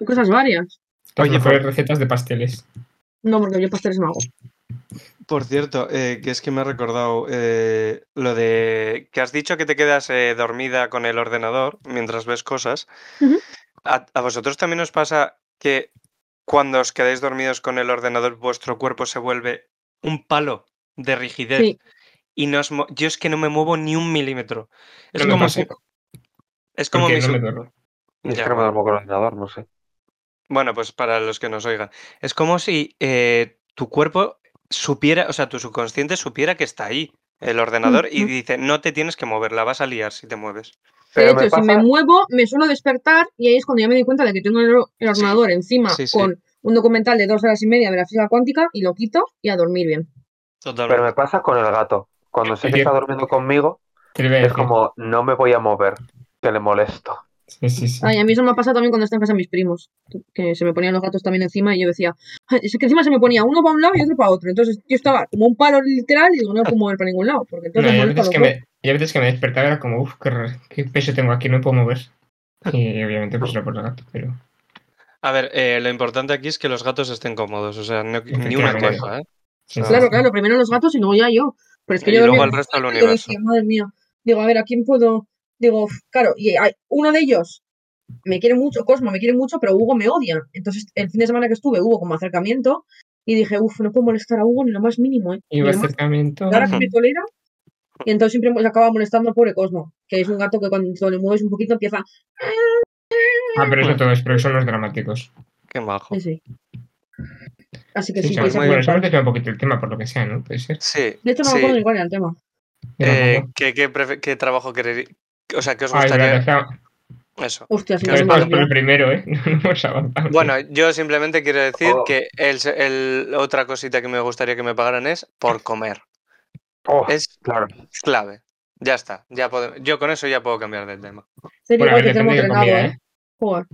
[SPEAKER 4] y cosas varias.
[SPEAKER 2] las
[SPEAKER 1] Oye, pues-
[SPEAKER 2] mejores
[SPEAKER 1] pero-
[SPEAKER 2] recetas de pasteles?
[SPEAKER 4] No, porque yo pasteles no hago.
[SPEAKER 1] Por cierto, eh, que es que me ha recordado eh, lo de que has dicho que te quedas eh, dormida con el ordenador mientras ves cosas.
[SPEAKER 4] Ujú.
[SPEAKER 1] ¿A, a vosotros también os pasa que cuando os quedáis dormidos con el ordenador vuestro cuerpo se vuelve un palo de rigidez?
[SPEAKER 4] Sí.
[SPEAKER 1] Y no os mo- yo es que no me muevo ni un milímetro. Es
[SPEAKER 2] No me
[SPEAKER 1] como,
[SPEAKER 2] pasa.
[SPEAKER 1] si- es como
[SPEAKER 2] Porque
[SPEAKER 1] mi
[SPEAKER 2] no
[SPEAKER 1] su-
[SPEAKER 2] me duermo.
[SPEAKER 3] Y es
[SPEAKER 1] Ya,
[SPEAKER 3] que no me
[SPEAKER 1] bueno.
[SPEAKER 3] duermo con el ordenador, no sé.
[SPEAKER 1] Bueno, pues para los que nos oigan, es como si eh, tu cuerpo supiera, o sea, tu subconsciente supiera que está ahí el ordenador y
[SPEAKER 4] Ujú.
[SPEAKER 1] dice, no te tienes que mover, la vas a liar si te mueves.
[SPEAKER 4] De
[SPEAKER 3] Pero
[SPEAKER 4] hecho,
[SPEAKER 3] me
[SPEAKER 4] si
[SPEAKER 3] pasa,
[SPEAKER 4] me muevo, me suelo despertar y ahí es cuando ya me doy cuenta de que tengo el, or- el ordenador encima
[SPEAKER 1] sí, sí.
[SPEAKER 4] con un documental de dos horas y media de la física cuántica y lo quito y a dormir bien.
[SPEAKER 3] pero
[SPEAKER 1] Totalmente.
[SPEAKER 3] me pasa con el gato. Cuando sé que
[SPEAKER 2] Oye.
[SPEAKER 3] está durmiendo conmigo,
[SPEAKER 2] Te lo voy a
[SPEAKER 3] es
[SPEAKER 2] decir.
[SPEAKER 3] como no me voy a mover, que le molesto.
[SPEAKER 2] Sí, sí, sí.
[SPEAKER 4] Ay, a mí eso me ha pasado también cuando están en casa mis primos, que se me ponían los gatos también encima y yo decía, "Ay, es que encima se me ponía uno para un lado y otro para otro. Entonces yo estaba como un palo literal y digo, no puedo mover para ningún lado, porque
[SPEAKER 2] No,
[SPEAKER 4] entonces
[SPEAKER 2] y,
[SPEAKER 4] me
[SPEAKER 2] a
[SPEAKER 4] molesta
[SPEAKER 2] veces
[SPEAKER 4] los
[SPEAKER 2] que
[SPEAKER 4] dos.
[SPEAKER 2] me, y a veces que me despertaba era como, uff, qué, ra- qué peso tengo aquí, no me puedo mover. Y obviamente pues era por el gato, pero...
[SPEAKER 1] A ver, eh, lo importante aquí es que los gatos estén cómodos, o sea, no- ni una
[SPEAKER 2] Efectivamente.
[SPEAKER 1] queja, ¿eh?
[SPEAKER 2] sí,
[SPEAKER 1] Ah.
[SPEAKER 2] sí,
[SPEAKER 4] Claro,
[SPEAKER 2] sí.
[SPEAKER 4] claro, primero los gatos y luego ya yo. Pero es que
[SPEAKER 1] Y
[SPEAKER 4] yo dormía
[SPEAKER 1] luego
[SPEAKER 4] con
[SPEAKER 1] al resto del
[SPEAKER 4] y yo
[SPEAKER 1] universo.
[SPEAKER 4] decía, madre mía, digo, a ver, ¿a quién puedo? Digo, "Uf, claro, y hay- uno de ellos me quiere mucho, Cosmo me quiere mucho, pero Hugo me odia. Entonces, el fin de semana que estuve, hubo como acercamiento y dije, uff, no puedo molestar a Hugo ni lo más mínimo, ¿eh?
[SPEAKER 2] Y
[SPEAKER 4] Ni
[SPEAKER 2] el
[SPEAKER 4] lo más
[SPEAKER 2] acercamiento...
[SPEAKER 4] ahora que me tolera. Y entonces siempre se acaba molestando al pobre Cosmo, que es un gato que cuando le mueves un poquito empieza.
[SPEAKER 2] Ah, pero eso todo es, pero son los dramáticos.
[SPEAKER 1] Qué majo.
[SPEAKER 4] Sí, sí. Así que
[SPEAKER 2] Sí,
[SPEAKER 4] sí,
[SPEAKER 2] sí,
[SPEAKER 4] que
[SPEAKER 1] es
[SPEAKER 4] se
[SPEAKER 1] muy
[SPEAKER 2] bueno,
[SPEAKER 4] molesta.
[SPEAKER 2] hemos desviado un poquito el tema, por lo que sea, ¿no? Puede ser.
[SPEAKER 1] Sí.
[SPEAKER 4] De hecho, no
[SPEAKER 1] sí.
[SPEAKER 4] me acuerdo ni cuál era el tema.
[SPEAKER 2] Yo
[SPEAKER 1] Eh,
[SPEAKER 4] *laughs*
[SPEAKER 2] tampoco.
[SPEAKER 1] ¿qué, qué prefe- qué trabajo querer... O sea, ¿qué os
[SPEAKER 2] Ah, es verdad,
[SPEAKER 1] gustaría?
[SPEAKER 2] está-
[SPEAKER 1] Eso.
[SPEAKER 4] Hostia, si
[SPEAKER 1] ¿Qué
[SPEAKER 4] no
[SPEAKER 1] os
[SPEAKER 4] se me
[SPEAKER 1] pasa?
[SPEAKER 2] estamos por
[SPEAKER 4] olvidó.
[SPEAKER 2] el primero, ¿eh? *laughs* No hemos avanzado.
[SPEAKER 1] Bueno, yo simplemente quiero decir
[SPEAKER 3] Oh.
[SPEAKER 1] que el, se- el- otra cosita que me gustaría que me pagaran es por comer.
[SPEAKER 3] Oh,
[SPEAKER 1] Es
[SPEAKER 3] claro.
[SPEAKER 1] clave. Ya está. Ya podemos, yo con eso ya puedo cambiar de tema.
[SPEAKER 2] Bueno,
[SPEAKER 4] Sería
[SPEAKER 2] a
[SPEAKER 4] igual
[SPEAKER 2] ver,
[SPEAKER 4] que
[SPEAKER 2] depende
[SPEAKER 4] tenemos
[SPEAKER 2] de
[SPEAKER 4] entrenado,
[SPEAKER 2] comida,
[SPEAKER 4] ¿eh?
[SPEAKER 2] ¿eh?
[SPEAKER 4] Joder.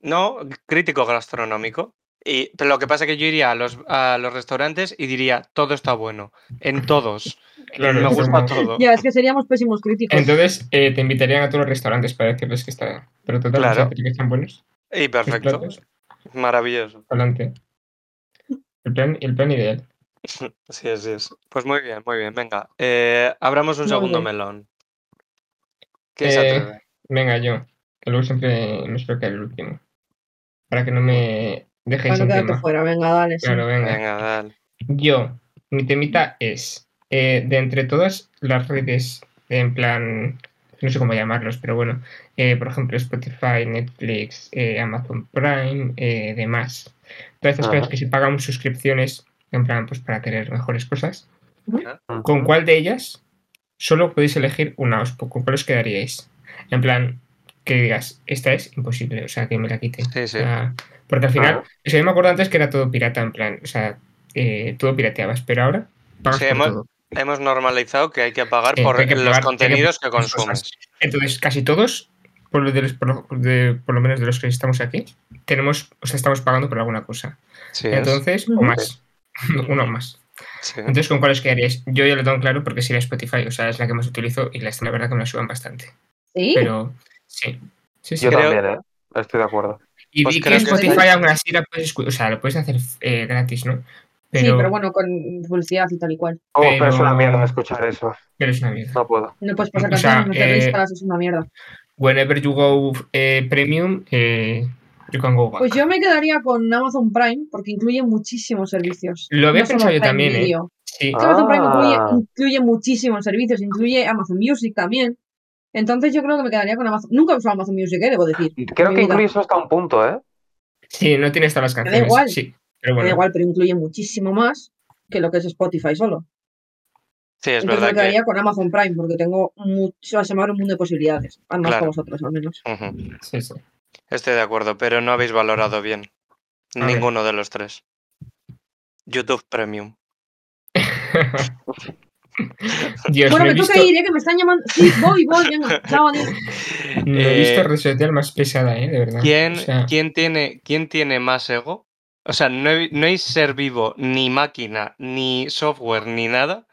[SPEAKER 1] No, crítico gastronómico. Y, pero lo que pasa es que yo iría a los, a los restaurantes y diría, todo está bueno. En todos.
[SPEAKER 4] ¿eh?
[SPEAKER 2] Claro,
[SPEAKER 1] me
[SPEAKER 2] es
[SPEAKER 1] gusta
[SPEAKER 2] como-
[SPEAKER 1] todo.
[SPEAKER 4] Ya, es que seríamos pésimos críticos.
[SPEAKER 2] Entonces, eh, te invitarían a todos los restaurantes para decirles que está... Pero total,
[SPEAKER 1] Claro.
[SPEAKER 2] vas a decir que están buenos.
[SPEAKER 1] Y
[SPEAKER 2] los
[SPEAKER 1] perfecto.
[SPEAKER 2] platos.
[SPEAKER 1] Maravilloso.
[SPEAKER 2] Adelante. El plan, el plan ideal.
[SPEAKER 1] Así es, así es. Pues muy bien, muy bien. Venga, eh, abramos un
[SPEAKER 4] Muy
[SPEAKER 1] segundo
[SPEAKER 4] bien.
[SPEAKER 1] melón. ¿Quién se
[SPEAKER 2] Eh,
[SPEAKER 1] atreve?
[SPEAKER 2] Venga, yo. Que luego siempre me espero que el último. Para que no me dejéis
[SPEAKER 4] Para no
[SPEAKER 2] sin
[SPEAKER 4] quedarte
[SPEAKER 2] tema.
[SPEAKER 4] fuera, venga, dale. sí.
[SPEAKER 2] Claro, venga.
[SPEAKER 1] Venga, dale.
[SPEAKER 2] Yo, mi temita es, eh, de entre todas las redes, en plan, no sé cómo llamarlos, pero bueno, eh, por ejemplo, Spotify, Netflix, eh, Amazon Prime, eh, demás. Todas estas
[SPEAKER 3] Ajá.
[SPEAKER 2] cosas que si pagamos suscripciones, en plan, pues para tener mejores cosas. ¿Con
[SPEAKER 3] Ujú.
[SPEAKER 2] cuál de ellas solo podéis elegir una? ¿Os- ¿Con cuál os quedaríais? En plan, que digas, esta es imposible, o sea, que me la quite.
[SPEAKER 1] Sí, sí.
[SPEAKER 2] O sea, porque al final,
[SPEAKER 3] Claro.
[SPEAKER 2] o sea, yo me acuerdo antes que era todo pirata, en plan, o sea, eh, todo pirateabas, pero ahora pagas
[SPEAKER 1] Sí,
[SPEAKER 2] por
[SPEAKER 1] hemos-
[SPEAKER 2] todo.
[SPEAKER 1] Hemos normalizado que hay que pagar
[SPEAKER 2] Sí,
[SPEAKER 1] por
[SPEAKER 2] Eh, hay que
[SPEAKER 1] los
[SPEAKER 2] pagar,
[SPEAKER 1] contenidos que
[SPEAKER 2] pagar por
[SPEAKER 1] consumes.
[SPEAKER 2] Entonces, casi todos, por lo, de los- por lo- de- por lo menos de los que estamos aquí, tenemos, o sea, estamos pagando por alguna cosa.
[SPEAKER 1] Sí, es.
[SPEAKER 2] Entonces, o
[SPEAKER 4] Ujú.
[SPEAKER 2] más. *laughs* Uno o más.
[SPEAKER 1] Sí.
[SPEAKER 2] Entonces, ¿con cuáles quedaríais? Yo ya lo tengo claro porque sería Spotify, o sea, es la que más utilizo y la, la verdad que me la suban bastante.
[SPEAKER 4] Sí.
[SPEAKER 2] Pero sí. Sí, sí.
[SPEAKER 3] Yo
[SPEAKER 1] creo-
[SPEAKER 3] también, ¿eh? Estoy de acuerdo.
[SPEAKER 2] Y
[SPEAKER 1] Pues
[SPEAKER 2] di que
[SPEAKER 1] creo que
[SPEAKER 2] Spotify
[SPEAKER 4] sí.
[SPEAKER 2] aún así la puedes escu- o sea, lo puedes hacer eh, gratis, ¿no? Pero,
[SPEAKER 4] Sí, pero bueno, con publicidad y tal y cual.
[SPEAKER 3] Oh, pero es
[SPEAKER 2] Pero-
[SPEAKER 3] una mierda escuchar eso.
[SPEAKER 2] pero es una mierda.
[SPEAKER 3] No puedo.
[SPEAKER 4] No puedes pasar
[SPEAKER 2] O sea,
[SPEAKER 4] canciones, no hacer
[SPEAKER 2] eh,
[SPEAKER 4] listas, es una mierda.
[SPEAKER 2] Whenever you go eh, premium, eh, you can go back.
[SPEAKER 4] Pues yo me quedaría con Amazon Prime porque incluye muchísimos servicios.
[SPEAKER 2] Lo había
[SPEAKER 4] No solo
[SPEAKER 2] pensado yo
[SPEAKER 4] Prime
[SPEAKER 2] también, ¿eh?
[SPEAKER 4] Video.
[SPEAKER 2] Sí.
[SPEAKER 4] Es que Amazon Prime incluye,
[SPEAKER 3] Ah.
[SPEAKER 4] incluye muchísimos servicios, incluye Amazon Music también. Entonces yo creo que me quedaría con Amazon. Nunca he usado Amazon Music, ¿eh? debo decir.
[SPEAKER 3] Creo que incluye eso hasta un punto, ¿eh?
[SPEAKER 2] Sí, no tienes todas las
[SPEAKER 4] da
[SPEAKER 2] canciones.
[SPEAKER 4] igual.
[SPEAKER 2] Sí, pero
[SPEAKER 4] Me
[SPEAKER 2] bueno.
[SPEAKER 4] Da igual, pero incluye muchísimo más que lo que es Spotify solo.
[SPEAKER 1] Sí, es
[SPEAKER 4] Entonces me
[SPEAKER 1] verdad
[SPEAKER 4] quedaría
[SPEAKER 1] que.
[SPEAKER 4] con Amazon Prime porque tengo mucho, se me abre un mundo de posibilidades. Además
[SPEAKER 1] Claro.
[SPEAKER 4] con vosotros al menos.
[SPEAKER 1] Ujú.
[SPEAKER 2] Sí,
[SPEAKER 4] *laughs*
[SPEAKER 2] sí.
[SPEAKER 1] Estoy de acuerdo, pero no habéis valorado bien
[SPEAKER 2] A ver.
[SPEAKER 1] ninguno de los tres. YouTube Premium.
[SPEAKER 2] Dios,
[SPEAKER 4] bueno,
[SPEAKER 2] no he
[SPEAKER 4] me toca
[SPEAKER 2] visto-
[SPEAKER 4] ir, ¿eh? que me están llamando. Sí, voy, voy,
[SPEAKER 2] *laughs*
[SPEAKER 4] venga, chao, adiós.
[SPEAKER 2] no
[SPEAKER 1] Eh,
[SPEAKER 2] he visto red social más pesada, ¿eh? De verdad.
[SPEAKER 1] ¿Quién,
[SPEAKER 2] O sea,
[SPEAKER 1] quién tiene, ¿Quién tiene más ego? O sea, no, he- no hay ser vivo, ni máquina, ni software, ni nada,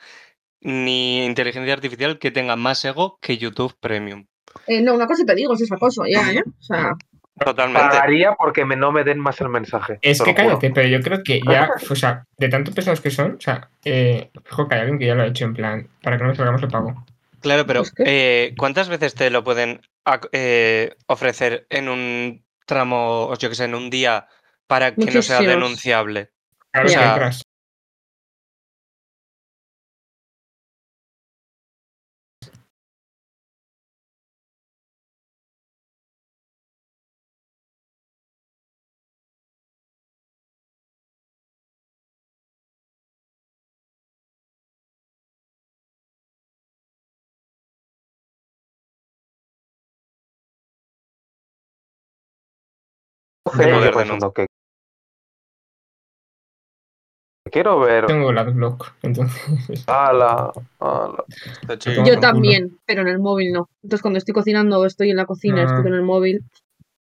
[SPEAKER 1] ni inteligencia artificial que tenga más ego que YouTube Premium.
[SPEAKER 4] Eh, no, una cosa te digo, si es acoso, ya, ¿eh? O
[SPEAKER 2] Ah,
[SPEAKER 4] sea,
[SPEAKER 1] Totalmente.
[SPEAKER 3] Pagaría porque me- no me den más el mensaje.
[SPEAKER 2] Es
[SPEAKER 3] te
[SPEAKER 2] que
[SPEAKER 3] lo juro.
[SPEAKER 2] cállate, pero yo creo que
[SPEAKER 4] *laughs*
[SPEAKER 2] ya, o sea, de tanto pesados que son, o sea, eh, fijo que hay alguien que ya lo ha hecho en plan, para que no nos salgamos lo pago.
[SPEAKER 1] Claro, pero
[SPEAKER 4] Es que-
[SPEAKER 1] eh, ¿cuántas veces te lo pueden ac- eh, ofrecer en un tramo, o yo que sé, en un día para que no sea
[SPEAKER 4] Muchísimos.
[SPEAKER 1] denunciable?
[SPEAKER 2] Claro
[SPEAKER 1] Ya.
[SPEAKER 2] que entras.
[SPEAKER 3] Entonces,
[SPEAKER 1] poder
[SPEAKER 3] yo pensando que... Quiero ver.
[SPEAKER 2] Tengo la blog, entonces. *laughs*
[SPEAKER 3] Ah. Ala, ala.
[SPEAKER 1] Sí.
[SPEAKER 2] Yo
[SPEAKER 4] yo
[SPEAKER 2] por
[SPEAKER 4] también, pero en el móvil no. Entonces cuando estoy cocinando o estoy en la cocina,
[SPEAKER 2] Ah.
[SPEAKER 4] estoy con el móvil.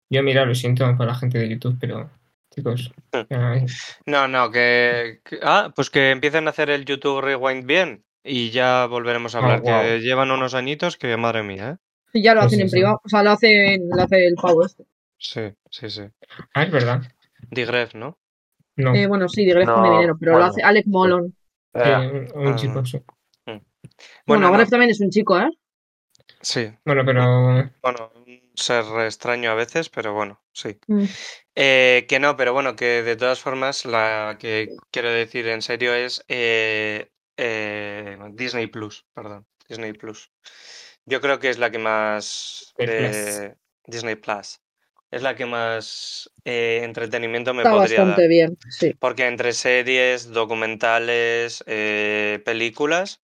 [SPEAKER 2] Yo, mira, lo siento para la gente de YouTube, pero, chicos, eh, ay,
[SPEAKER 1] No, no, que, que- Ah, pues que empiecen a hacer el YouTube Rewind bien y ya volveremos a
[SPEAKER 2] Oh,
[SPEAKER 1] hablar, que
[SPEAKER 2] guau.
[SPEAKER 1] llevan unos añitos que, madre mía, ¿eh?
[SPEAKER 4] Y ya lo
[SPEAKER 2] Sí,
[SPEAKER 4] hacen
[SPEAKER 2] sí,
[SPEAKER 4] en
[SPEAKER 2] sí.
[SPEAKER 4] privado. O sea, lo hace, lo hace el pavo este.
[SPEAKER 1] Sí, sí, sí.
[SPEAKER 2] ah, es verdad.
[SPEAKER 1] Digref, ¿no?
[SPEAKER 2] No,
[SPEAKER 4] Eh, bueno, sí, Digref
[SPEAKER 3] No,
[SPEAKER 4] pone dinero, pero lo
[SPEAKER 3] bueno.
[SPEAKER 4] hace Alec Molon.
[SPEAKER 3] Eh,
[SPEAKER 2] eh, un
[SPEAKER 1] ah.
[SPEAKER 2] chico, sí.
[SPEAKER 4] Bueno,
[SPEAKER 1] Bueno,
[SPEAKER 4] ahora
[SPEAKER 1] no,
[SPEAKER 4] también es un chico, ¿eh?
[SPEAKER 1] sí.
[SPEAKER 2] Bueno, pero
[SPEAKER 1] Bueno, un ser extraño a veces, pero bueno, sí.
[SPEAKER 4] Mm.
[SPEAKER 1] Eh, que no, pero bueno, que de todas formas, la que quiero decir en serio es eh, eh, Disney Plus, perdón, Disney Plus. Yo creo que es la que más.
[SPEAKER 2] Disney
[SPEAKER 1] eh, Disney Plus. Es la que más eh, entretenimiento me
[SPEAKER 4] Está
[SPEAKER 1] podría
[SPEAKER 4] bastante
[SPEAKER 1] dar.
[SPEAKER 4] bien, sí.
[SPEAKER 1] Porque entre series, documentales, eh, películas,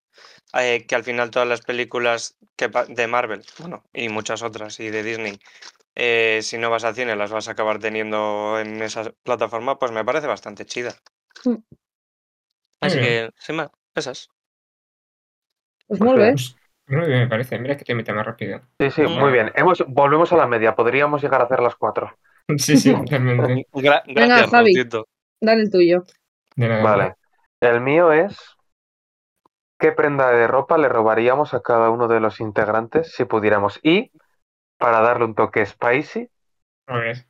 [SPEAKER 1] eh, que al final todas las películas que pa- de Marvel, bueno, y muchas otras, y de Disney, eh, si no vas al cine las vas a acabar teniendo en esa plataforma, pues me parece bastante chida.
[SPEAKER 4] Mm.
[SPEAKER 1] Así
[SPEAKER 2] Muy
[SPEAKER 1] que, sin más, esas.
[SPEAKER 4] Pues
[SPEAKER 3] Pues
[SPEAKER 4] muy bien.
[SPEAKER 2] pues, muy bien, me parece. Mira que te meta más rápido. *laughs*
[SPEAKER 3] sí, sí,
[SPEAKER 1] Mm.
[SPEAKER 3] muy bien. Hemos, volvemos a la media. Podríamos llegar a hacer las cuatro.
[SPEAKER 2] Sí,
[SPEAKER 4] *laughs*
[SPEAKER 2] sí, totalmente.
[SPEAKER 1] Gra-
[SPEAKER 4] Venga,
[SPEAKER 1] gracias,
[SPEAKER 4] Javi.
[SPEAKER 1] Rautito.
[SPEAKER 4] ¿eh? Dale el tuyo.
[SPEAKER 2] De nada.
[SPEAKER 3] Vale. El mío es. ¿Qué prenda de ropa le robaríamos a cada uno de los integrantes si pudiéramos? Y, para darle un toque spicy,
[SPEAKER 2] A ver.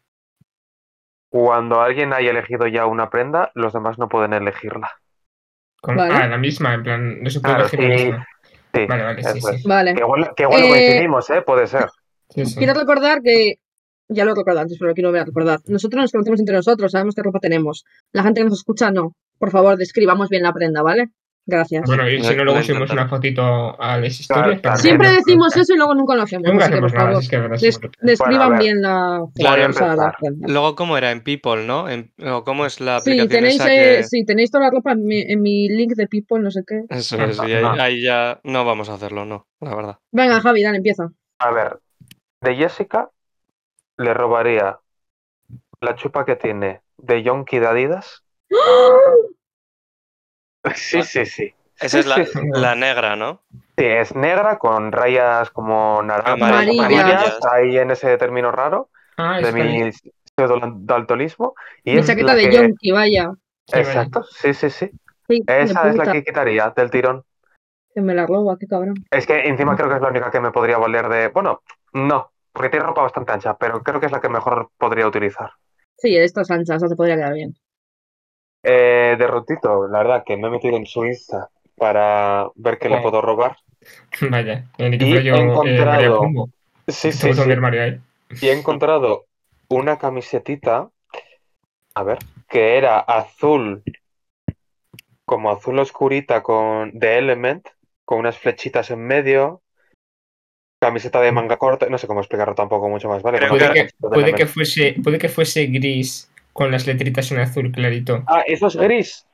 [SPEAKER 3] cuando alguien haya elegido ya una prenda, los demás no pueden elegirla.
[SPEAKER 2] ¿cómo?
[SPEAKER 4] Vale.
[SPEAKER 2] Ah, la misma, en plan, no se puede
[SPEAKER 3] Claro,
[SPEAKER 2] elegir la
[SPEAKER 3] sí.
[SPEAKER 2] misma.
[SPEAKER 3] Sí,
[SPEAKER 2] Vale, vale, sí,
[SPEAKER 3] eso
[SPEAKER 2] sí.
[SPEAKER 3] es.
[SPEAKER 4] Vale.
[SPEAKER 3] Que igual, que igual
[SPEAKER 4] Eh,
[SPEAKER 3] coincidimos, ¿eh? Puede ser.
[SPEAKER 2] Sí, sí.
[SPEAKER 4] Quiero recordar que. Ya lo he recordado antes, pero lo quiero recordar. Nosotros nos conocemos entre nosotros, sabemos qué ropa tenemos. La gente que nos escucha, no. Por favor, describamos bien la prenda, ¿vale? Gracias.
[SPEAKER 2] Bueno, y
[SPEAKER 1] Lo-
[SPEAKER 2] si no,
[SPEAKER 1] lo
[SPEAKER 2] luego subimos
[SPEAKER 1] intentaré.
[SPEAKER 2] una fotito a las historias.
[SPEAKER 3] Claro,
[SPEAKER 2] para que
[SPEAKER 4] Siempre
[SPEAKER 2] vean.
[SPEAKER 4] decimos eso y luego nunca lo hacemos.
[SPEAKER 2] Nunca
[SPEAKER 4] así que, por
[SPEAKER 2] hacemos nada,
[SPEAKER 4] favor,
[SPEAKER 2] es que es verdad.
[SPEAKER 4] des-
[SPEAKER 2] siempre.
[SPEAKER 4] describan
[SPEAKER 3] ver.
[SPEAKER 4] bien la,
[SPEAKER 1] Claro,
[SPEAKER 4] o sea, la
[SPEAKER 3] empezar.
[SPEAKER 4] prenda.
[SPEAKER 1] Luego, ¿cómo era? En People, ¿no? En- o ¿Cómo es la
[SPEAKER 4] Sí,
[SPEAKER 1] aplicación
[SPEAKER 4] tenéis,
[SPEAKER 1] esa
[SPEAKER 4] eh,
[SPEAKER 1] que-
[SPEAKER 4] sí, tenéis toda la ropa en mi, en mi link de People, no sé qué.
[SPEAKER 1] Eso es, y ahí,
[SPEAKER 2] Ajá.
[SPEAKER 1] ahí ya no vamos a hacerlo, no, la verdad.
[SPEAKER 4] Venga, Javi, dale, empieza.
[SPEAKER 3] A ver, de Jessica le robaría la chupa que tiene de Yonki de Adidas. *laughs* Sí, sí, sí.
[SPEAKER 1] Esa es la, *laughs*
[SPEAKER 3] Sí, sí, sí.
[SPEAKER 1] la negra, ¿no?
[SPEAKER 3] Sí, es negra con rayas como naranjas,
[SPEAKER 1] Amarillas.
[SPEAKER 3] amarillas, ahí en ese término raro
[SPEAKER 2] Ah,
[SPEAKER 3] de
[SPEAKER 2] está bien.
[SPEAKER 3] mi pseudo daltonismo. Y
[SPEAKER 4] La
[SPEAKER 3] es la
[SPEAKER 4] chaqueta de
[SPEAKER 3] que-
[SPEAKER 4] Yonki, vaya.
[SPEAKER 3] Exacto, sí, sí, sí.
[SPEAKER 4] Sí, hijo de
[SPEAKER 3] Esa es la
[SPEAKER 4] puta,
[SPEAKER 3] que quitaría del tirón.
[SPEAKER 4] que me la roba, qué cabrón.
[SPEAKER 3] Es que encima creo que es la única que me podría valer de. Bueno, no, porque tiene ropa bastante ancha, pero creo que es la que mejor podría utilizar.
[SPEAKER 4] Sí, estas anchas, esa te podría quedar bien.
[SPEAKER 3] Eh, derrotito, la verdad que me he metido en su Insta para ver qué le
[SPEAKER 2] Joder.
[SPEAKER 3] puedo robar.
[SPEAKER 2] Vaya, ni que
[SPEAKER 3] Y
[SPEAKER 2] fuera yo
[SPEAKER 3] he
[SPEAKER 2] eh, María
[SPEAKER 3] encontrado-
[SPEAKER 2] Pombo.
[SPEAKER 3] Sí,
[SPEAKER 2] Este
[SPEAKER 3] sí,
[SPEAKER 2] botón
[SPEAKER 3] sí.
[SPEAKER 2] de armario ahí.
[SPEAKER 3] Y he encontrado una camisetita, a ver, que era azul, como azul oscurita con de Element, con unas flechitas en medio. Camiseta de manga corta, no sé cómo explicarlo tampoco mucho más, ¿vale?
[SPEAKER 1] Creo
[SPEAKER 3] Bueno,
[SPEAKER 1] que-
[SPEAKER 3] la camiseta de
[SPEAKER 2] Puede que,
[SPEAKER 3] Element.
[SPEAKER 2] fuese, puede que fuese gris con las letritas en azul clarito.
[SPEAKER 3] Ah, eso es gris.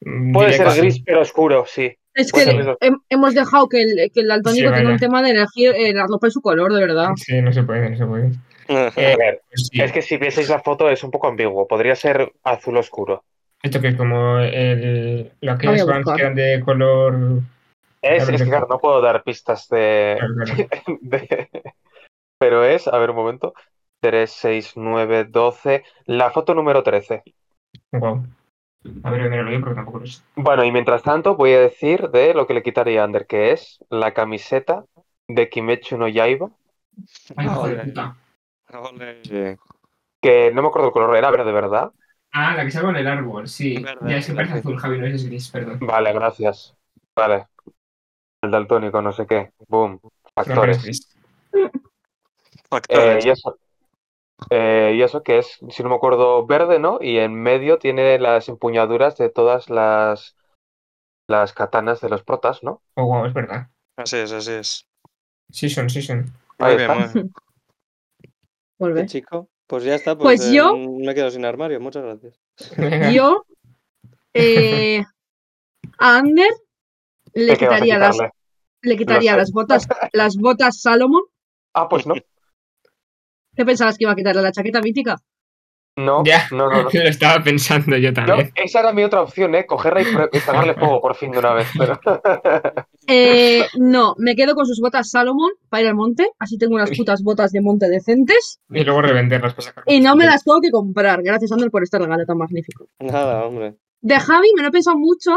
[SPEAKER 2] Mm,
[SPEAKER 3] Puede
[SPEAKER 2] diría
[SPEAKER 3] ser
[SPEAKER 2] que sí.
[SPEAKER 3] gris, pero oscuro, sí.
[SPEAKER 4] Es que
[SPEAKER 3] Pues
[SPEAKER 2] Bueno,
[SPEAKER 3] eso.
[SPEAKER 4] hem- hemos dejado que el, que el daltónico
[SPEAKER 2] Sí,
[SPEAKER 4] tenga
[SPEAKER 2] vaya.
[SPEAKER 4] un tema de elegir eh, la ropa y su color, de verdad.
[SPEAKER 2] Sí, no se puede, no se puede.
[SPEAKER 3] A
[SPEAKER 2] Eh,
[SPEAKER 3] ver,
[SPEAKER 2] pues sí,
[SPEAKER 3] es que si vieseis la foto es un poco ambiguo. Podría ser azul oscuro.
[SPEAKER 2] esto que como el, lo
[SPEAKER 4] Voy a
[SPEAKER 2] aquellas vans
[SPEAKER 4] buscar.
[SPEAKER 2] que eran de color...
[SPEAKER 3] Es,
[SPEAKER 2] Claro,
[SPEAKER 3] es que, claro, no puedo dar pistas
[SPEAKER 2] *laughs*
[SPEAKER 3] de,
[SPEAKER 2] claro,
[SPEAKER 3] *laughs*
[SPEAKER 2] claro.
[SPEAKER 3] de- Pero es, a ver un momento, 3, 6, 9, 12, la foto número 13.
[SPEAKER 2] Guau. A ver, me lo leo porque tampoco lo sé.
[SPEAKER 3] Bueno, y mientras tanto voy a decir de lo que le quitaría a Ander, que es la camiseta de Kimetsu no Yaiba, Ah,
[SPEAKER 2] Ay, hijo de
[SPEAKER 1] Joder.
[SPEAKER 2] puta.
[SPEAKER 1] Ole.
[SPEAKER 3] que no me acuerdo el color, era verde, ¿verdad?
[SPEAKER 2] Ah, la que salgo en el árbol, sí.
[SPEAKER 1] Verdad,
[SPEAKER 2] ya, es que
[SPEAKER 1] verdad.
[SPEAKER 2] parece azul, Javi, no es gris, perdón.
[SPEAKER 3] Vale, gracias. Vale. El daltónico, no sé qué. Boom.
[SPEAKER 2] No, no es
[SPEAKER 3] Factores.
[SPEAKER 2] gris.
[SPEAKER 3] Eh,
[SPEAKER 1] Factores.
[SPEAKER 3] y eso. eh, y eso que es, si no me acuerdo, verde, ¿no? Y en medio tiene las empuñaduras de todas las, las katanas de los protas, ¿no?
[SPEAKER 2] Oh, guau, es verdad.
[SPEAKER 1] Así es, así es.
[SPEAKER 2] Sí son, sí son.
[SPEAKER 1] Muy
[SPEAKER 3] Ahí
[SPEAKER 1] bien,
[SPEAKER 3] está.
[SPEAKER 1] muy bien.
[SPEAKER 4] Volver.
[SPEAKER 1] Chico, pues ya está.
[SPEAKER 4] Pues yo-
[SPEAKER 1] Me he quedado sin armario, muchas gracias.
[SPEAKER 4] Yo eh, a Ander le
[SPEAKER 3] ¿Qué, qué vas a
[SPEAKER 4] quitaría las
[SPEAKER 3] quitarle?
[SPEAKER 4] le quitaría
[SPEAKER 3] sé.
[SPEAKER 4] las botas las botas Salomon.
[SPEAKER 3] Ah, pues
[SPEAKER 1] *laughs*
[SPEAKER 3] no.
[SPEAKER 4] ¿Qué pensabas que iba a quitarle la chaqueta mítica?
[SPEAKER 3] No,
[SPEAKER 2] Ya.
[SPEAKER 3] no,
[SPEAKER 1] *laughs*
[SPEAKER 3] no, no.
[SPEAKER 2] *laughs* Lo estaba pensando yo
[SPEAKER 3] No,
[SPEAKER 2] también.
[SPEAKER 3] esa era mi otra opción, ¿eh? Cogerla y, pre- y pegarle fuego por fin de una vez. Pero... *laughs*
[SPEAKER 4] Eh, no, me quedo con sus botas Salomon para ir al monte, así tengo unas putas botas de monte decentes
[SPEAKER 2] Y luego revenderlas para sacar.
[SPEAKER 4] y no me las tengo que comprar. Gracias Ander por este regalo tan magnífico.
[SPEAKER 1] Nada, hombre.
[SPEAKER 4] De Javi me lo he pensado mucho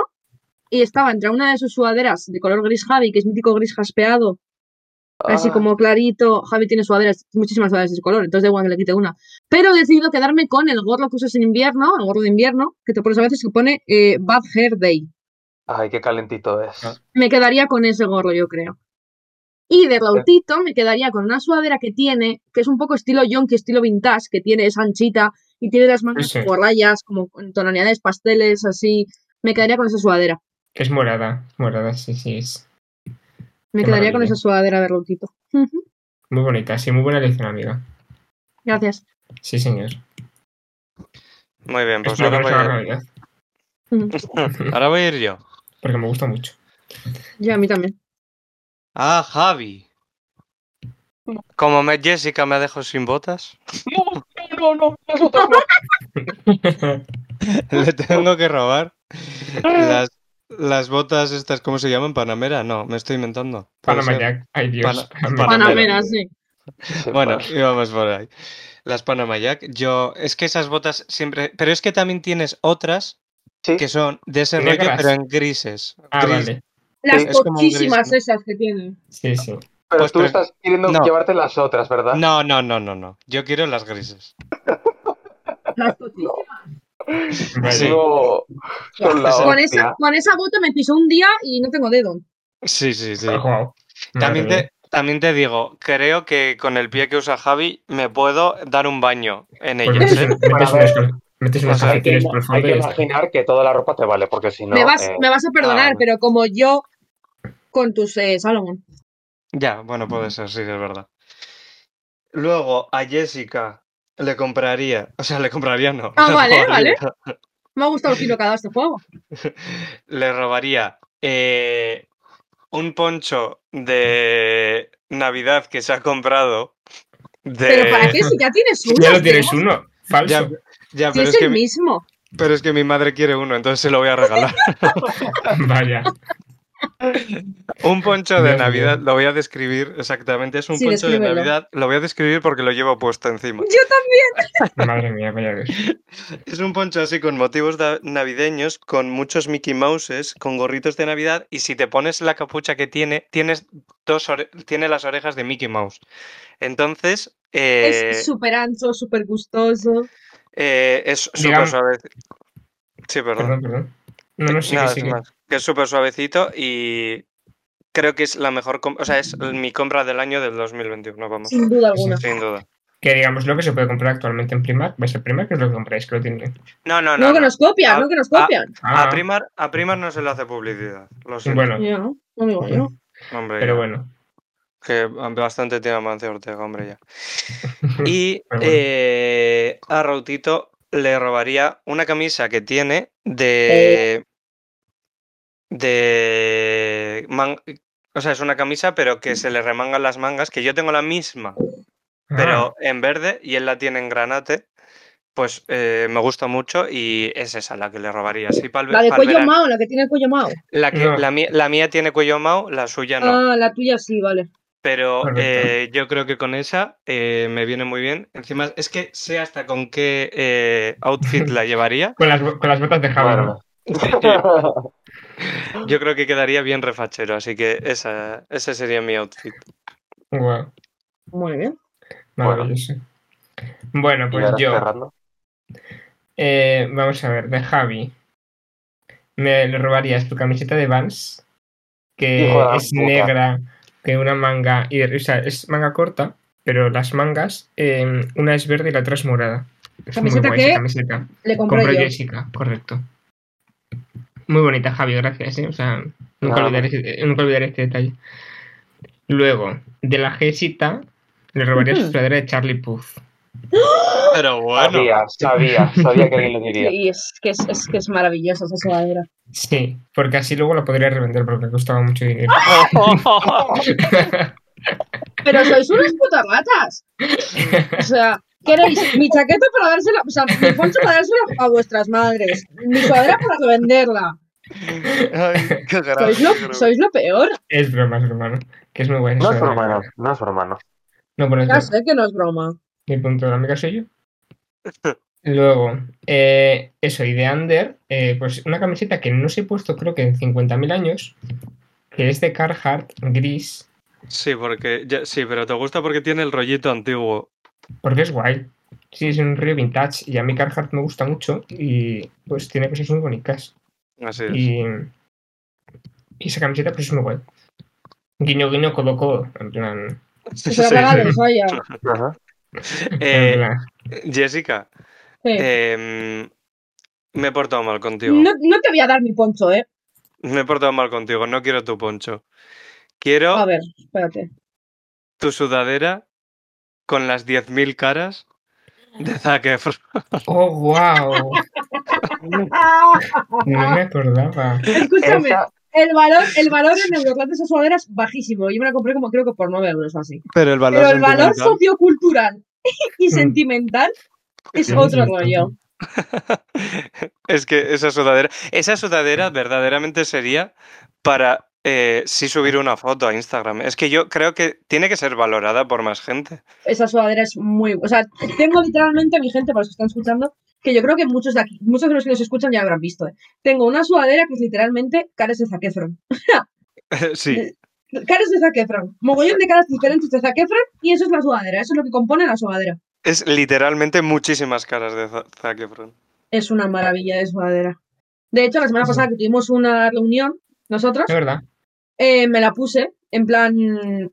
[SPEAKER 4] y estaba entre una de sus sudaderas de color gris Javi, que es mítico gris jaspeado, *laughs* así
[SPEAKER 3] Ah,
[SPEAKER 4] como clarito. Javi tiene sudaderas, muchísimas sudaderas de ese color, entonces da igual que le quite una. Pero he decidido quedarme con el gorro que usas en invierno, el gorro de invierno, que te pones a veces que pone eh, Bad Hair Day.
[SPEAKER 3] *laughs* Ay, qué calentito es.
[SPEAKER 2] Ah.
[SPEAKER 4] Me quedaría con ese gorro, yo creo. Y de Rautito me quedaría con una sudadera que tiene, que es un poco estilo yonki, estilo vintage, que tiene es anchita y tiene las mangas
[SPEAKER 2] Sí.
[SPEAKER 4] como rayas, como en tonalidades pasteles, así. Me quedaría con esa sudadera.
[SPEAKER 2] Que es morada. Morada, sí, sí. Es
[SPEAKER 4] Me
[SPEAKER 2] Qué
[SPEAKER 4] quedaría con
[SPEAKER 2] maravilla.
[SPEAKER 4] esa sudadera de Roquito. Ujú,
[SPEAKER 2] muy bonita. Sí, muy buena elección, amiga.
[SPEAKER 4] Gracias.
[SPEAKER 2] Sí, señor.
[SPEAKER 1] Muy bien, pues
[SPEAKER 2] Espero
[SPEAKER 1] ahora
[SPEAKER 2] que no
[SPEAKER 1] voy,
[SPEAKER 2] sea la
[SPEAKER 1] a...
[SPEAKER 2] realidad.
[SPEAKER 4] Ujú.
[SPEAKER 2] Pues,
[SPEAKER 1] ahora voy a ir yo.
[SPEAKER 2] Porque me gusta mucho. *laughs*
[SPEAKER 4] Yo a mí también.
[SPEAKER 1] Ah, Javi. Como me Jessica me ha dejado sin botas,
[SPEAKER 3] *laughs* No, no, no, nosotros no.
[SPEAKER 1] *laughs* le tengo que robar las, las botas estas, ¿cómo se llaman? Panamera, no, me estoy inventando. Puede
[SPEAKER 2] Panama
[SPEAKER 1] ser.
[SPEAKER 2] Jack. Ay, *laughs* Dios.
[SPEAKER 1] Pana- Panamera.
[SPEAKER 4] Panamera, sí.
[SPEAKER 3] Sí,
[SPEAKER 1] Bueno,
[SPEAKER 3] pues.
[SPEAKER 1] íbamos por ahí. Las Panama Jack. Yo, es que esas botas siempre. Pero es que también tienes otras
[SPEAKER 3] Sí,
[SPEAKER 1] que son de ese rollo,
[SPEAKER 2] Negras.
[SPEAKER 1] pero en grises.
[SPEAKER 2] Ah,
[SPEAKER 1] Gris-
[SPEAKER 2] vale.
[SPEAKER 4] Las
[SPEAKER 1] es como un gris,
[SPEAKER 4] pochísimas
[SPEAKER 1] ¿no?
[SPEAKER 4] esas que tiene.
[SPEAKER 2] Sí, sí.
[SPEAKER 3] pero
[SPEAKER 1] pues,
[SPEAKER 3] tú
[SPEAKER 1] pero-
[SPEAKER 3] estás queriendo
[SPEAKER 1] no.
[SPEAKER 3] llevarte las otras, ¿verdad?
[SPEAKER 1] No, no, no, no, no. Yo quiero las grises.
[SPEAKER 4] Las pochísimas.
[SPEAKER 2] Vale.
[SPEAKER 1] Sí.
[SPEAKER 3] No, son
[SPEAKER 1] Oh,
[SPEAKER 3] la
[SPEAKER 4] Con,
[SPEAKER 3] hostia.
[SPEAKER 4] esa, con esa bota me pisó un día y no tengo dedo.
[SPEAKER 1] Sí, sí, sí.
[SPEAKER 2] Ah, Guau.
[SPEAKER 1] También
[SPEAKER 2] Madre
[SPEAKER 1] te, también te digo, creo que con el pie que usa Javi me puedo dar un baño en
[SPEAKER 2] mía. Pues
[SPEAKER 1] ellas,
[SPEAKER 2] metes,
[SPEAKER 1] ¿eh?
[SPEAKER 2] unos- metes
[SPEAKER 3] Para
[SPEAKER 2] unos, cal- metes unos
[SPEAKER 1] O sea,
[SPEAKER 3] Hay que,
[SPEAKER 2] calcetines
[SPEAKER 3] ima-
[SPEAKER 2] por el
[SPEAKER 3] hay
[SPEAKER 2] fondo
[SPEAKER 3] que
[SPEAKER 2] y ya está.
[SPEAKER 3] imaginar que toda la ropa te vale, porque si no.
[SPEAKER 4] me, vas,
[SPEAKER 3] eh,
[SPEAKER 4] me vas a perdonar,
[SPEAKER 1] ah.
[SPEAKER 4] pero como yo con tus eh, Salomón.
[SPEAKER 1] Ya, bueno, puede ser, sí, es verdad. Luego a Jessica le compraría, o sea, le compraría *laughs* no.
[SPEAKER 4] Ah,
[SPEAKER 1] le
[SPEAKER 4] vale,
[SPEAKER 1] robaría-
[SPEAKER 4] Me ha gustado lo fino que ha dado este juego.
[SPEAKER 1] Le robaría eh, un poncho de Navidad que se ha comprado De-
[SPEAKER 4] ¿Pero para qué? Si ya
[SPEAKER 1] *laughs*
[SPEAKER 4] tienes uno.
[SPEAKER 2] Ya lo
[SPEAKER 4] tío.
[SPEAKER 2] tienes uno.
[SPEAKER 1] Ya,
[SPEAKER 2] Falso.
[SPEAKER 1] ya,
[SPEAKER 4] Si
[SPEAKER 1] pero,
[SPEAKER 4] es,
[SPEAKER 1] es que
[SPEAKER 4] el
[SPEAKER 1] mi,
[SPEAKER 4] mismo.
[SPEAKER 1] pero es que mi madre quiere uno, entonces se lo voy a
[SPEAKER 4] *laughs*
[SPEAKER 1] regalar.
[SPEAKER 2] *laughs* Vaya.
[SPEAKER 1] Un poncho de
[SPEAKER 2] Dios mío.
[SPEAKER 1] Navidad, lo voy a describir exactamente. Es un
[SPEAKER 4] Sí,
[SPEAKER 1] poncho de
[SPEAKER 4] descríbelo.
[SPEAKER 1] Navidad, lo voy a describir porque lo llevo puesto encima.
[SPEAKER 4] Yo también.
[SPEAKER 2] Madre mía, vaya dos.
[SPEAKER 1] Es un poncho así con motivos da- navideños, con muchos Mickey Mouses, con gorritos de Navidad y si te pones la capucha que tiene, tienes dos ore- tiene las orejas de Mickey Mouse. Entonces, eh,
[SPEAKER 4] Es súper ancho, súper gustoso.
[SPEAKER 1] eh, es súper
[SPEAKER 2] Digamos-
[SPEAKER 1] suave. Sí, perdón.
[SPEAKER 2] Perdón, perdón. No, no, sí, que
[SPEAKER 1] Nada,
[SPEAKER 2] sí.
[SPEAKER 1] sin
[SPEAKER 2] que-
[SPEAKER 1] más. Que es súper suavecito y creo que es la mejor, com- o sea, es mi compra del año del 2021, vamos,
[SPEAKER 4] Sin duda alguna.
[SPEAKER 1] sin duda.
[SPEAKER 2] Que digamos lo que se puede comprar actualmente en Primark. ¿Vais a Primark? que es lo que compráis? Que lo tienen.
[SPEAKER 1] No, no,
[SPEAKER 4] No,
[SPEAKER 1] no.
[SPEAKER 4] que
[SPEAKER 1] no.
[SPEAKER 4] nos copian,
[SPEAKER 1] Ah,
[SPEAKER 4] no que nos
[SPEAKER 1] ah,
[SPEAKER 4] copian.
[SPEAKER 1] A
[SPEAKER 2] Ah, pues
[SPEAKER 1] Primar, a Primar no se le hace publicidad. Lo siento,
[SPEAKER 2] Bueno,
[SPEAKER 4] Ya, no me digo yo.
[SPEAKER 1] hombre, ya.
[SPEAKER 2] pero bueno.
[SPEAKER 1] Que bastante tiene Amancio Ortega, hombre,
[SPEAKER 2] *laughs*
[SPEAKER 1] ya. Y
[SPEAKER 2] Pero bueno.
[SPEAKER 1] eh, a Rautito le robaría una camisa que tiene de. de. man- o sea, es una camisa, pero que se le remangan las mangas, que yo tengo la misma,
[SPEAKER 2] Ah,
[SPEAKER 1] pero en verde y él la tiene en granate. Pues eh, me gusta mucho y es esa la que le robaría. Sí, pa'l-
[SPEAKER 4] La de
[SPEAKER 1] pa'l
[SPEAKER 4] cuello
[SPEAKER 1] verano.
[SPEAKER 4] mao, la que tiene el cuello mao.
[SPEAKER 1] La, que-
[SPEAKER 2] No.
[SPEAKER 1] la mía, la mía tiene cuello mao, la suya no.
[SPEAKER 4] Ah, la tuya sí, vale.
[SPEAKER 1] Pero
[SPEAKER 2] Correcto.
[SPEAKER 1] eh, yo creo que con esa eh, me viene muy bien. Encima, es que sé hasta con qué eh, outfit la llevaría.
[SPEAKER 2] con, las, bo- con las botas de jabón.
[SPEAKER 3] Bueno. *laughs*
[SPEAKER 1] Yo creo que quedaría bien refachero, así que esa, ese sería mi outfit.
[SPEAKER 2] Guau,
[SPEAKER 4] Muy bien.
[SPEAKER 2] maravilloso. Bueno,
[SPEAKER 3] Y
[SPEAKER 2] pues
[SPEAKER 3] ahora
[SPEAKER 2] yo.
[SPEAKER 3] cerrando.
[SPEAKER 2] eh, vamos a ver, de Javi. Me le robarías tu camiseta de Vans, que
[SPEAKER 3] Hijo de la
[SPEAKER 2] es
[SPEAKER 3] puta.
[SPEAKER 2] negra, que una manga. Y, o sea, es manga corta, pero las mangas, eh, una es verde y la otra es morada. Es muy
[SPEAKER 4] ¿Camiseta
[SPEAKER 2] guay esa
[SPEAKER 4] qué?
[SPEAKER 2] camiseta.
[SPEAKER 4] Le compré
[SPEAKER 2] Compró
[SPEAKER 4] yo.
[SPEAKER 2] Jessica, correcto. Muy bonita, Javi, gracias, ¿eh? O sea, nunca,
[SPEAKER 3] Nada.
[SPEAKER 2] olvidaré, ese- eh, nunca olvidaré este detalle. Luego, de la G-Sita, le robaría su
[SPEAKER 4] Ujú.
[SPEAKER 2] sudadera de Charlie Puth.
[SPEAKER 1] Pero *laughs*
[SPEAKER 3] Sabía, sabía, sabía que alguien lo diría.
[SPEAKER 4] Y es que es, es que es maravillosa esa sudadera.
[SPEAKER 2] Sí, porque así luego la podría revender porque costaba mucho *laughs* dinero.
[SPEAKER 4] Pero sois unas putas ratas. O sea, queréis mi chaqueta para dársela, o sea, mi poncho para dársela a vuestras madres. Mi sudadera para revenderla.
[SPEAKER 1] qué
[SPEAKER 4] Sois lo, sois lo peor.
[SPEAKER 2] es broma, es broma, ¿no? Que es muy buena.
[SPEAKER 3] No es
[SPEAKER 2] esa
[SPEAKER 3] su
[SPEAKER 2] sudadera.
[SPEAKER 3] hermano, no es su hermano.
[SPEAKER 2] No, pero es
[SPEAKER 4] Ya
[SPEAKER 2] broma.
[SPEAKER 4] sé que no es broma.
[SPEAKER 2] Mi punto de la amiga soy yo. Luego, eh, eso, y de Under, eh, pues una camiseta que no se he puesto creo que en 50.000 años, que es de Carhartt gris,
[SPEAKER 1] Sí, porque ya- sí, pero te gusta porque tiene el rollito antiguo.
[SPEAKER 2] porque es guay. Sí, es un río vintage y a mí Carhartt me gusta mucho y pues tiene cosas muy bonitas.
[SPEAKER 1] Así *laughs* es.
[SPEAKER 2] Y, y esa camiseta pues es muy guay. Guiño, guiño, codo, codo. En plan,
[SPEAKER 4] Que se la
[SPEAKER 1] Sí.
[SPEAKER 4] regales, vaya.
[SPEAKER 3] Ajá.
[SPEAKER 1] Eh,
[SPEAKER 2] en plan,
[SPEAKER 1] Jessica,
[SPEAKER 4] Sí.
[SPEAKER 1] eh, me he portado mal contigo.
[SPEAKER 4] No, no te voy a dar mi poncho, eh.
[SPEAKER 1] Me he portado mal contigo, no quiero tu poncho. Quiero
[SPEAKER 4] A ver, espérate.
[SPEAKER 1] tu sudadera con las 10.000 caras de Zac Efron.
[SPEAKER 2] ¡Oh,
[SPEAKER 4] *laughs*
[SPEAKER 2] wow!
[SPEAKER 4] Ah,
[SPEAKER 2] No me acordaba.
[SPEAKER 4] escúchame.
[SPEAKER 3] Esa-
[SPEAKER 4] El valor, el valor en Euroclad de esa sudadera es bajísimo. Yo me la compré como creo que por 9 euros o así.
[SPEAKER 1] Pero el valor,
[SPEAKER 4] Pero el valor
[SPEAKER 1] sentimental- Hmm.
[SPEAKER 4] sociocultural y
[SPEAKER 2] Mm.
[SPEAKER 4] sentimental es
[SPEAKER 2] Mm,
[SPEAKER 4] otro
[SPEAKER 2] sí,
[SPEAKER 4] rollo.
[SPEAKER 1] *laughs* es que esa sudadera, esa sudadera verdaderamente sería para eh, sí subir una foto a Instagram. Es que yo creo que tiene que ser valorada por más gente.
[SPEAKER 4] Esa sudadera es muy. O sea, tengo literalmente a mi gente, para los que están escuchando, que yo creo que muchos de aquí, muchos de los que nos escuchan ya lo habrán visto. ¿eh? Tengo una sudadera que es literalmente caras de Zac Efron.
[SPEAKER 1] *laughs* sí,
[SPEAKER 4] Caras de Zac Efron. Mogollón de caras diferentes de Zac Efron y eso es la sudadera. Eso es lo que compone la sudadera.
[SPEAKER 1] es literalmente muchísimas caras de Za- Zac Efron.
[SPEAKER 4] Es una maravilla de sudadera. De hecho, la semana pasada que tuvimos una reunión, nosotros,
[SPEAKER 2] Es verdad.
[SPEAKER 4] eh, me la puse. En plan,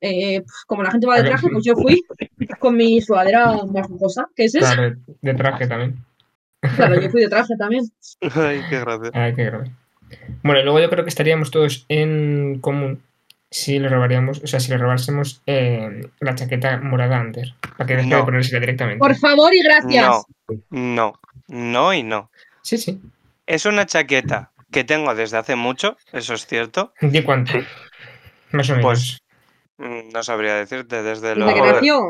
[SPEAKER 4] eh, pues, como la gente va de traje, pues yo fui con mi sudadera más lujosa, que es esa.
[SPEAKER 2] Claro, de- de traje también.
[SPEAKER 4] Claro, yo fui de traje también.
[SPEAKER 1] Ay, qué gracia.
[SPEAKER 2] Ah, qué grave. Bueno, y luego yo creo que estaríamos todos en común si le robaríamos, o sea, si le robásemos eh, la chaqueta morada a Ander, para que deje
[SPEAKER 1] No.
[SPEAKER 2] de ponérsela directamente.
[SPEAKER 4] Por favor y gracias.
[SPEAKER 1] No, no, no y no.
[SPEAKER 2] Sí, sí.
[SPEAKER 1] Es una chaqueta que tengo desde hace mucho, eso es cierto.
[SPEAKER 2] ¿De cuánto?
[SPEAKER 3] Sí.
[SPEAKER 2] Más o menos.
[SPEAKER 1] Pues, Mm, No sabría decirte desde
[SPEAKER 4] Desde que
[SPEAKER 1] luego.
[SPEAKER 3] Joder.
[SPEAKER 4] nació.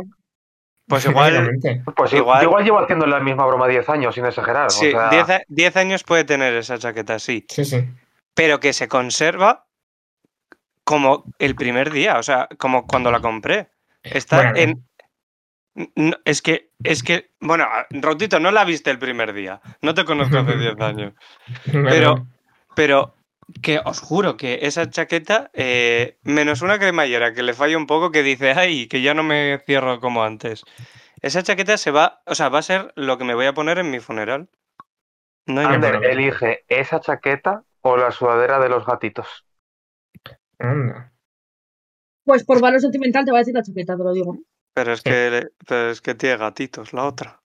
[SPEAKER 1] Pues igual,
[SPEAKER 2] Básicamente.
[SPEAKER 3] Pues
[SPEAKER 1] Igual-
[SPEAKER 3] igual, igual llevo haciendo la misma broma 10 años, sin exagerar.
[SPEAKER 1] sí,
[SPEAKER 3] o sea,
[SPEAKER 1] 10 a- 10 años puede tener esa chaqueta, sí.
[SPEAKER 2] Sí, sí.
[SPEAKER 1] Pero que se conserva como el primer día, o sea, como cuando la compré. Está
[SPEAKER 2] Bueno,
[SPEAKER 1] en. No, es que, es que, bueno, Rotito, no la viste el primer día. No te conozco hace 10 años.
[SPEAKER 2] bueno,
[SPEAKER 1] pero- Pero que os juro que esa chaqueta, eh, menos una cremallera que le falla un poco, que dice, ay, que ya no me cierro como antes. Esa chaqueta se va, o sea, va a ser lo que me voy a poner en mi funeral. No hay
[SPEAKER 2] Anda.
[SPEAKER 1] más.
[SPEAKER 3] Ander, elige esa chaqueta o la sudadera de los gatitos.
[SPEAKER 2] anda.
[SPEAKER 4] Pues por valor sentimental te va a decir la chaqueta, te lo digo.
[SPEAKER 1] Pero es que, pero es que tiene gatitos, la otra.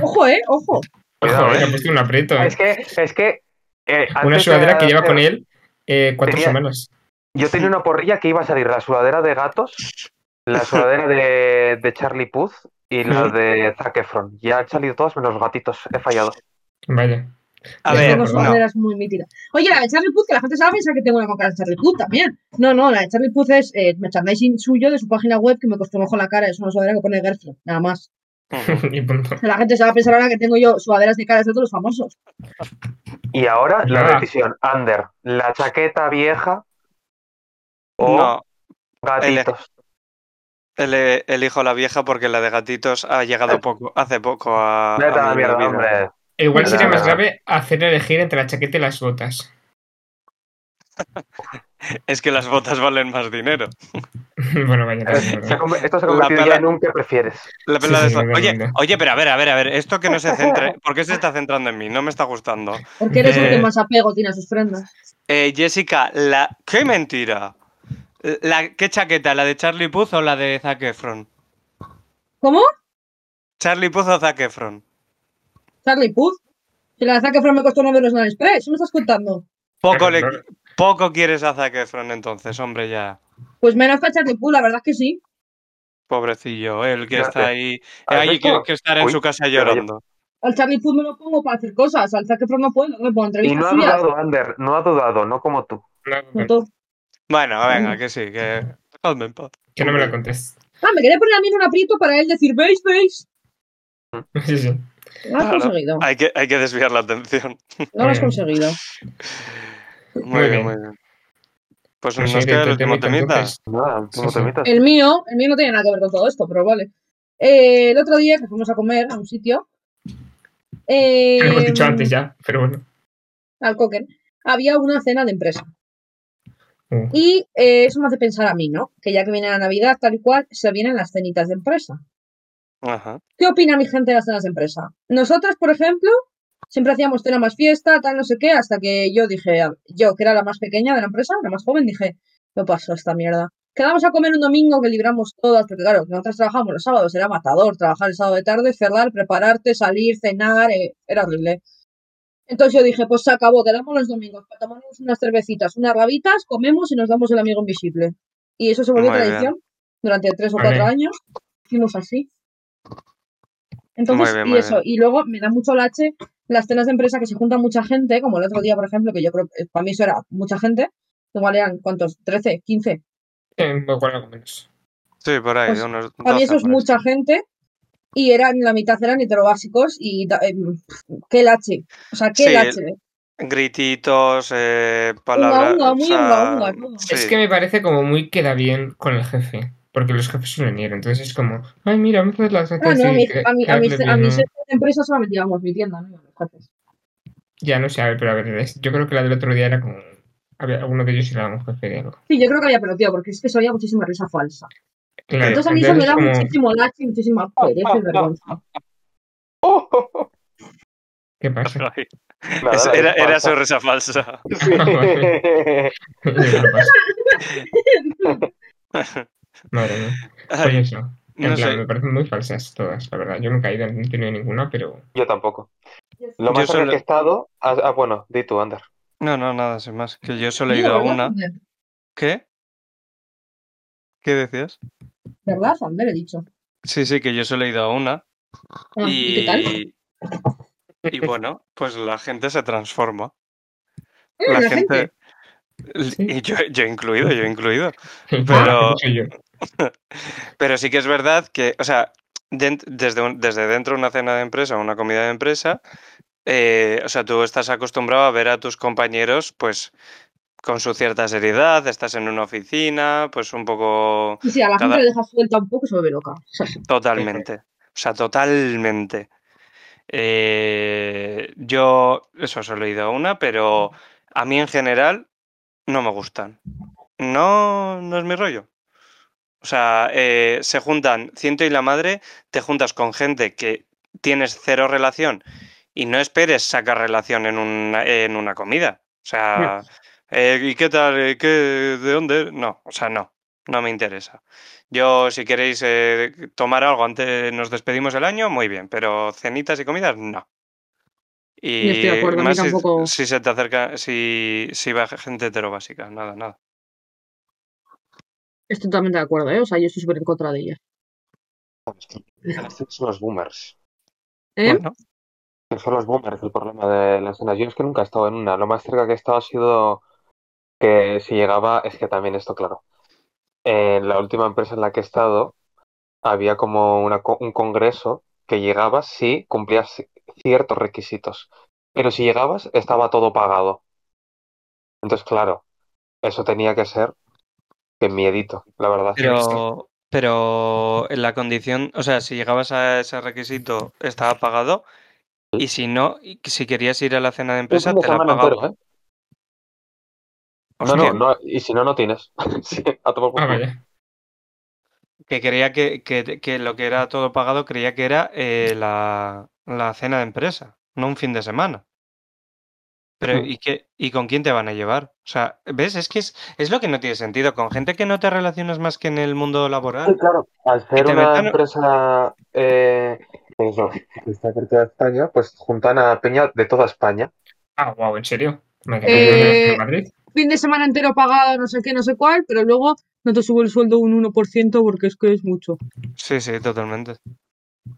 [SPEAKER 4] Ojo, eh, ojo.
[SPEAKER 3] Cuidado,
[SPEAKER 2] Joder,
[SPEAKER 3] eh.
[SPEAKER 2] ha puesto un aprieto. eh.
[SPEAKER 3] Es que, es que. eh,
[SPEAKER 2] Una
[SPEAKER 3] antes
[SPEAKER 2] sudadera
[SPEAKER 3] de-
[SPEAKER 2] que lleva con él eh, cuatro
[SPEAKER 3] Tenía-
[SPEAKER 2] semanas.
[SPEAKER 3] Yo tenía una porrilla que iba a salir la sudadera de gatos,
[SPEAKER 1] *laughs*
[SPEAKER 3] la sudadera de, de Charlie Puth y la de Zac Efron. Ya han salido todos menos los gatitos. He fallado.
[SPEAKER 2] Vaya.
[SPEAKER 1] *laughs* A
[SPEAKER 2] Es
[SPEAKER 1] ver,
[SPEAKER 4] Tengo
[SPEAKER 1] no.
[SPEAKER 4] sudaderas muy míticas. Oye, la de Charlie Puth, que la gente sabe pensar que tengo una coca de Charlie Puth también. No, no, la de Charlie Puth es eh, merchandising suyo de su página web que me costó un ojo la cara. Es una sudadera que pone Gertrude, nada más.
[SPEAKER 2] *laughs*
[SPEAKER 1] Ujú.
[SPEAKER 2] y punto.
[SPEAKER 4] La gente se va a pensar ahora que tengo yo sudaderas de caras de todos los famosos.
[SPEAKER 3] Y ahora la
[SPEAKER 1] Ah.
[SPEAKER 2] Nada.
[SPEAKER 3] decisión. Ander, la chaqueta vieja o
[SPEAKER 1] No,
[SPEAKER 3] gatitos.
[SPEAKER 1] ele- elijo la vieja porque la de gatitos ha llegado poco, hace poco a.
[SPEAKER 3] Vete a
[SPEAKER 1] a
[SPEAKER 3] la
[SPEAKER 1] mi
[SPEAKER 3] mierda,
[SPEAKER 1] vida.
[SPEAKER 3] hombre.
[SPEAKER 2] Igual
[SPEAKER 3] Nada,
[SPEAKER 2] sería más
[SPEAKER 3] nada.
[SPEAKER 2] grave hacer elegir entre la chaqueta y las botas. *laughs*
[SPEAKER 1] Es que las botas valen más dinero.
[SPEAKER 2] bueno, vaya.
[SPEAKER 3] Eh,
[SPEAKER 2] también,
[SPEAKER 3] se ha
[SPEAKER 2] ¿verdad?
[SPEAKER 3] conver- esto se ha
[SPEAKER 1] La Eh,
[SPEAKER 3] convertido
[SPEAKER 1] pala-
[SPEAKER 3] ya en un que prefieres.
[SPEAKER 1] La
[SPEAKER 2] Sí,
[SPEAKER 1] pela de
[SPEAKER 2] sí,
[SPEAKER 1] sol. Oye,
[SPEAKER 2] obviamente.
[SPEAKER 1] oye, pero a ver, a ver, a ver, esto que no se *laughs* centre, ¿por qué se está centrando en mí? No me está gustando.
[SPEAKER 4] Porque eres el
[SPEAKER 1] Eh.
[SPEAKER 4] que más apego tiene a sus prendas.
[SPEAKER 1] Eh, Jessica, la qué mentira. La qué chaqueta, la de Charlie Puth o la de Zac Efron?
[SPEAKER 4] ¿Cómo?
[SPEAKER 1] Charlie Puth o Zac Efron.
[SPEAKER 4] Charlie Puth. Si la de Zac Efron me costó 9 euros en el Express, ¿qué me estás contando?
[SPEAKER 1] Poco le-
[SPEAKER 2] Claro.
[SPEAKER 1] poco quieres a Zac Efron entonces, hombre, ya.
[SPEAKER 4] Pues menos que a Charlie Puth, la verdad es que sí.
[SPEAKER 1] Pobrecillo, el que
[SPEAKER 3] Ya
[SPEAKER 1] está
[SPEAKER 3] sé.
[SPEAKER 1] ahí,
[SPEAKER 3] ¿Has
[SPEAKER 1] ahí
[SPEAKER 3] visto?
[SPEAKER 1] que, que estar en
[SPEAKER 3] Uy,
[SPEAKER 1] su casa
[SPEAKER 3] yo-
[SPEAKER 1] llorando.
[SPEAKER 4] Al Charlie Puth me lo pongo para hacer cosas, al Zac Efron no puedo, no me
[SPEAKER 3] Y
[SPEAKER 4] pongo entrevistas
[SPEAKER 3] no ha
[SPEAKER 4] suyas.
[SPEAKER 3] dudado, Ander, no ha dudado, no como tú.
[SPEAKER 2] No,
[SPEAKER 4] No
[SPEAKER 2] no,
[SPEAKER 4] todo.
[SPEAKER 1] Bueno,
[SPEAKER 2] Mm.
[SPEAKER 1] venga, que sí, que dejadme en paz.
[SPEAKER 2] que no me la contes. *laughs*
[SPEAKER 4] Ah, me quería poner a mí en un aprieto para él decir, ¿veis, veis?
[SPEAKER 2] Sí, sí.
[SPEAKER 4] Lo has
[SPEAKER 1] Claro.
[SPEAKER 4] conseguido,
[SPEAKER 1] Hay que, hay que desviar la atención.
[SPEAKER 4] no lo has
[SPEAKER 2] Mm.
[SPEAKER 4] conseguido.
[SPEAKER 1] Muy,
[SPEAKER 2] Muy
[SPEAKER 1] bien,
[SPEAKER 2] bien.
[SPEAKER 1] muy bien. Pues
[SPEAKER 2] Pues
[SPEAKER 1] nos
[SPEAKER 2] sí, de-
[SPEAKER 1] queda el
[SPEAKER 2] de-
[SPEAKER 1] último
[SPEAKER 2] temita,
[SPEAKER 1] temita.
[SPEAKER 2] entonces.
[SPEAKER 3] Nada,
[SPEAKER 2] Sí,
[SPEAKER 3] no
[SPEAKER 2] sí.
[SPEAKER 3] te metas.
[SPEAKER 4] El mío, el mío no tiene nada que ver con todo esto, pero vale. Eh, el otro día que fuimos a comer a un sitio, eh,
[SPEAKER 2] Lo hemos dicho antes ya, pero bueno.
[SPEAKER 4] al Cocker, había una cena de empresa.
[SPEAKER 2] Uh,
[SPEAKER 4] Y eh, eso me hace pensar a mí, ¿no? Que ya que viene la Navidad, tal y cual, se vienen las cenitas de empresa.
[SPEAKER 1] Ajá.
[SPEAKER 4] ¿Qué opina mi gente de las cenas de empresa? Nosotras, por ejemplo, siempre hacíamos cena más fiesta, tal, no sé qué, hasta que yo dije, a- yo que era la más pequeña de la empresa, la más joven, dije, no pasó esta mierda. Quedamos a comer un domingo que libramos todas, porque claro, nosotras trabajamos los sábados, era matador trabajar el sábado de tarde, cerrar, prepararte, salir, cenar, eh, era horrible. Entonces yo dije, pues se acabó, quedamos los domingos para tomarnos unas cervecitas, unas rabitas, comemos y nos damos el amigo invisible. Y eso se volvió
[SPEAKER 1] Muy bien.
[SPEAKER 4] tradición durante tres o
[SPEAKER 2] Ole.
[SPEAKER 4] cuatro años. Hicimos así. Entonces,
[SPEAKER 1] Muy bien,
[SPEAKER 4] y
[SPEAKER 1] muy
[SPEAKER 4] eso, y luego me da mucho lache las cenas de empresa que se junta mucha gente, como el otro día, por ejemplo, que yo creo que para mí eso era mucha gente, igual eran, ¿cuántos? ¿13? ¿15?
[SPEAKER 2] eh, igual algo menos.
[SPEAKER 1] Sí, por ahí,
[SPEAKER 4] Pues,
[SPEAKER 1] de unos
[SPEAKER 4] Para mí
[SPEAKER 1] 12
[SPEAKER 4] eso es
[SPEAKER 1] por ahí.
[SPEAKER 4] mucha gente y eran, la mitad eran heterobásicos y da- em, qué lache, o sea, qué
[SPEAKER 1] Sí,
[SPEAKER 4] lache.
[SPEAKER 1] Grititos, eh, palabras.
[SPEAKER 4] unga,
[SPEAKER 1] o
[SPEAKER 4] muy
[SPEAKER 1] sea,
[SPEAKER 4] unga, unga, todo.
[SPEAKER 1] sí.
[SPEAKER 2] Es que me parece como muy queda bien con el jefe. Porque los jefes suelen ir, entonces es como, ay, mira, vamos a hacer las
[SPEAKER 4] Ah,
[SPEAKER 1] pues
[SPEAKER 2] gracias
[SPEAKER 4] no, a
[SPEAKER 2] y
[SPEAKER 4] mí,
[SPEAKER 2] que-
[SPEAKER 4] a mí, a mí,
[SPEAKER 2] quedarle
[SPEAKER 4] a
[SPEAKER 2] bien,
[SPEAKER 4] mí
[SPEAKER 2] ¿no?
[SPEAKER 4] se- de empresa solamente íbamos mi tienda, ¿no? Los jefes.
[SPEAKER 2] Ya no sé, a ver, pero a ver, es- yo creo que la del otro día era como, había alguno de ellos era un jefe de algo.
[SPEAKER 4] Sí, yo creo que había peloteo, porque es que se oía muchísima risa falsa.
[SPEAKER 2] Claro,
[SPEAKER 4] Entonces a mí eso me
[SPEAKER 2] entonces
[SPEAKER 4] da
[SPEAKER 2] como-
[SPEAKER 4] muchísimo lache y muchísima pereza y vergüenza.
[SPEAKER 2] ¿Qué pasa?
[SPEAKER 1] *laughs*
[SPEAKER 2] *laughs*
[SPEAKER 1] Ay,
[SPEAKER 3] Nada,
[SPEAKER 1] es-
[SPEAKER 3] la
[SPEAKER 1] era,
[SPEAKER 3] disparta.
[SPEAKER 1] era su risa
[SPEAKER 3] *laughs*
[SPEAKER 1] falsa.
[SPEAKER 3] Sí.
[SPEAKER 2] Ya pasa.
[SPEAKER 1] *laughs*
[SPEAKER 2] Madre mía. Pues
[SPEAKER 1] Ay,
[SPEAKER 2] eso. En
[SPEAKER 1] no
[SPEAKER 2] plan,
[SPEAKER 1] sé.
[SPEAKER 2] me parecen muy falsas todas, la verdad. Yo nunca he ido, no he tenido ninguna, pero
[SPEAKER 3] *laughs*
[SPEAKER 1] *laughs*
[SPEAKER 3] Yo tampoco. Lo
[SPEAKER 1] Yo
[SPEAKER 3] más cerca
[SPEAKER 1] solo-
[SPEAKER 3] que he estado. Ah, ah, bueno, di tú, Ander.
[SPEAKER 1] No, no, nada, sin más. Que yo solo he
[SPEAKER 4] Digo,
[SPEAKER 1] ido a
[SPEAKER 4] ¿verdad,
[SPEAKER 1] una.
[SPEAKER 4] Ander?
[SPEAKER 1] ¿Qué? ¿Qué decías?
[SPEAKER 4] ¿Verdad, Ander? He dicho.
[SPEAKER 1] Sí, sí, que yo solo he ido a una.
[SPEAKER 4] Ah, ¿Y qué tal?
[SPEAKER 1] Y, y
[SPEAKER 2] *laughs*
[SPEAKER 1] bueno, pues la gente se transforma.
[SPEAKER 4] Ah, la gente.
[SPEAKER 1] Y yo, yo incluido, yo incluido.
[SPEAKER 2] Ah, *laughs*
[SPEAKER 1] Pero-
[SPEAKER 2] eso soy yo.
[SPEAKER 1] Pero sí que es verdad que, o sea, den- desde, un- desde dentro de una cena de empresa o una comida de empresa, eh, o sea, tú estás acostumbrado a ver a tus compañeros, pues, con su cierta seriedad, estás en una oficina, pues un poco
[SPEAKER 4] Y si a la
[SPEAKER 1] Cada-
[SPEAKER 4] gente le dejas suelta un poco, se vuelve loca.
[SPEAKER 1] Totalmente. O sea, totalmente. Eh, yo, eso solo he ido a una, pero a mí en general no me gustan. No, no es mi rollo. O sea, eh, se juntan ciento y la madre, te juntas con gente que tienes cero relación y no esperes sacar relación en una, en una comida. O sea, eh, ¿y qué tal? Eh, ¿Qué, ¿De dónde? No, o sea, no, no me interesa. Yo, si queréis eh, tomar algo antes, nos despedimos el año, muy bien, pero cenitas y comidas, no. Y
[SPEAKER 4] Yo estoy de acuerdo, a mí
[SPEAKER 1] más si-
[SPEAKER 4] tampoco-
[SPEAKER 1] si, se te acerca, si, si va gente heterobásica, nada, nada.
[SPEAKER 4] Estoy totalmente de acuerdo, ¿eh? O sea, yo estoy súper en contra de ellas.
[SPEAKER 3] Son los boomers.
[SPEAKER 4] ¿Eh?
[SPEAKER 1] Bueno,
[SPEAKER 3] Son los boomers el problema de las cenas. Yo es que nunca he estado en una. Lo más cerca que he estado ha sido que si llegaba, es que también esto, claro. En la última empresa en la que he estado, había como una co- un congreso que llegabas si cumplías ciertos requisitos. Pero si llegabas, estaba todo pagado. Entonces, claro, eso tenía que ser que miedito, la verdad.
[SPEAKER 1] pero, pero en la condición, o sea, si llegabas a ese requisito, estaba pagado. Y si no, y si querías ir a la cena de
[SPEAKER 3] Un
[SPEAKER 1] empresa,
[SPEAKER 3] fin de
[SPEAKER 1] te la
[SPEAKER 3] semana
[SPEAKER 1] pagaba.
[SPEAKER 3] entero, ¿eh? No, no,
[SPEAKER 1] Hostia,
[SPEAKER 3] no, y si no, no tienes. *laughs* Sí, a tomar por
[SPEAKER 2] Ah,
[SPEAKER 3] culo.
[SPEAKER 2] vaya.
[SPEAKER 1] Que creía que, que- que lo que era todo pagado, creía que era eh, la, la cena de empresa, no un fin de semana. Pero,
[SPEAKER 3] Hmm.
[SPEAKER 1] ¿y, qué, ¿y con quién te van a llevar? O sea, ¿ves? Es que es, es lo que no tiene sentido. Con gente que no te relacionas más que en el mundo
[SPEAKER 3] Sí,
[SPEAKER 1] laboral.
[SPEAKER 3] claro, al
[SPEAKER 1] Y
[SPEAKER 3] ser
[SPEAKER 1] te
[SPEAKER 3] una
[SPEAKER 1] metan-
[SPEAKER 3] empresa eh, pues no, que está por toda España, pues juntan a peña de toda España.
[SPEAKER 2] Ah, wow, ¿en serio? Madre
[SPEAKER 4] Eh,
[SPEAKER 2] mía, ¿en Madrid?
[SPEAKER 4] Fin de semana entero pagado, no sé qué, no sé cuál, pero luego no te subo el sueldo un 1% porque es que es mucho.
[SPEAKER 1] Sí, sí, totalmente.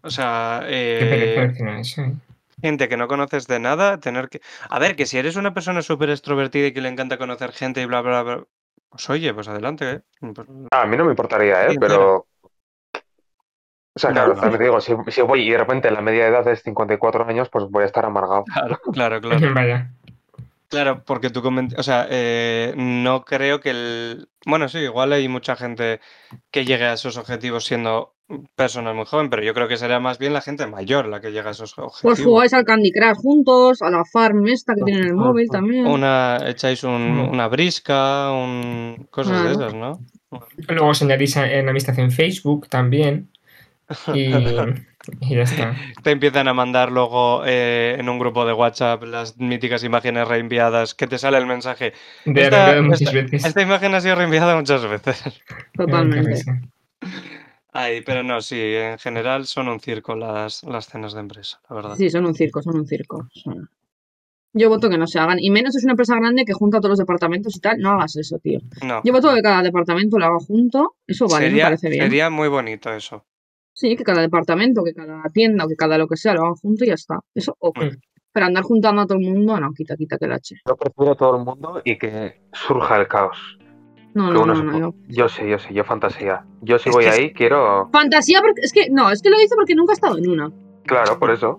[SPEAKER 1] O sea,
[SPEAKER 2] Qué pereza
[SPEAKER 1] eh,
[SPEAKER 2] al final eso, ¿eh? *laughs*
[SPEAKER 1] gente que no conoces de nada, tener que... A ver, que si eres una persona súper extrovertida y que le encanta conocer gente y bla, bla, bla... Pues oye, pues adelante, ¿eh? Pues-
[SPEAKER 3] Ah, A mí no me importaría,
[SPEAKER 1] Sí,
[SPEAKER 3] ¿eh? Pero. O sea,
[SPEAKER 1] No,
[SPEAKER 3] claro,
[SPEAKER 1] no.
[SPEAKER 3] también digo, si, si voy y de repente la media edad es 54 años, pues voy a estar amargado.
[SPEAKER 1] Claro, claro, claro.
[SPEAKER 2] Vaya.
[SPEAKER 1] Claro, porque tú comentas, o sea, eh, no creo que el... Bueno, sí, igual hay mucha gente que llegue a esos objetivos siendo personas muy joven, pero yo creo que será más bien la gente mayor la que llega a esos
[SPEAKER 4] Pues
[SPEAKER 1] objetivos.
[SPEAKER 4] jugáis al Candy Crush juntos, a la farm esta
[SPEAKER 1] Ah,
[SPEAKER 4] que tienen en el
[SPEAKER 3] Ujú,
[SPEAKER 4] móvil
[SPEAKER 3] ujú.
[SPEAKER 4] también.
[SPEAKER 1] Una, echáis un-
[SPEAKER 2] Mm.
[SPEAKER 1] una brisca, un, cosas de
[SPEAKER 4] Claro.
[SPEAKER 1] esas, ¿no?
[SPEAKER 2] Luego os añadís a- en amistad en Facebook también. Y, y ya está.
[SPEAKER 1] Te empiezan a mandar luego eh, en un grupo de WhatsApp las míticas imágenes reenviadas, que te sale el mensaje.
[SPEAKER 2] De
[SPEAKER 1] Esta-
[SPEAKER 2] arreglado muchas
[SPEAKER 1] esta-
[SPEAKER 2] veces.
[SPEAKER 1] Esta imagen ha sido reenviada muchas veces. *laughs*
[SPEAKER 2] Ay, qué
[SPEAKER 4] Totalmente.
[SPEAKER 2] risa.
[SPEAKER 1] Ay, pero no, sí, en general son un circo las, las cenas de empresa, la verdad.
[SPEAKER 4] Sí, son un circo, son un circo. son- Yo voto que no se hagan. Y menos es una empresa grande que junta todos los departamentos y tal. No hagas eso, tío.
[SPEAKER 1] No.
[SPEAKER 4] Yo voto que cada departamento lo haga junto. Eso vale, me
[SPEAKER 1] sería,
[SPEAKER 4] parece bien.
[SPEAKER 1] sería muy bonito eso.
[SPEAKER 4] Sí, que cada departamento, que cada tienda, o que cada lo que sea, lo hagan junto y ya está. Eso, ok.
[SPEAKER 2] Mm.
[SPEAKER 4] Pero andar juntando a todo el mundo, no, quita, quita que la eche.
[SPEAKER 3] Yo prefiero a todo el mundo y que surja el caos.
[SPEAKER 4] No,
[SPEAKER 3] Que
[SPEAKER 4] no,
[SPEAKER 3] uno
[SPEAKER 4] no,
[SPEAKER 3] se
[SPEAKER 4] no.
[SPEAKER 3] po-
[SPEAKER 4] yo-
[SPEAKER 3] Yo sé, yo sé, yo fantasía. Yo si
[SPEAKER 1] Es
[SPEAKER 3] voy
[SPEAKER 1] que es-
[SPEAKER 3] ahí, quiero.
[SPEAKER 4] Fantasía, porque es que, no, es que lo hice porque nunca he estado en una.
[SPEAKER 3] Claro, por eso.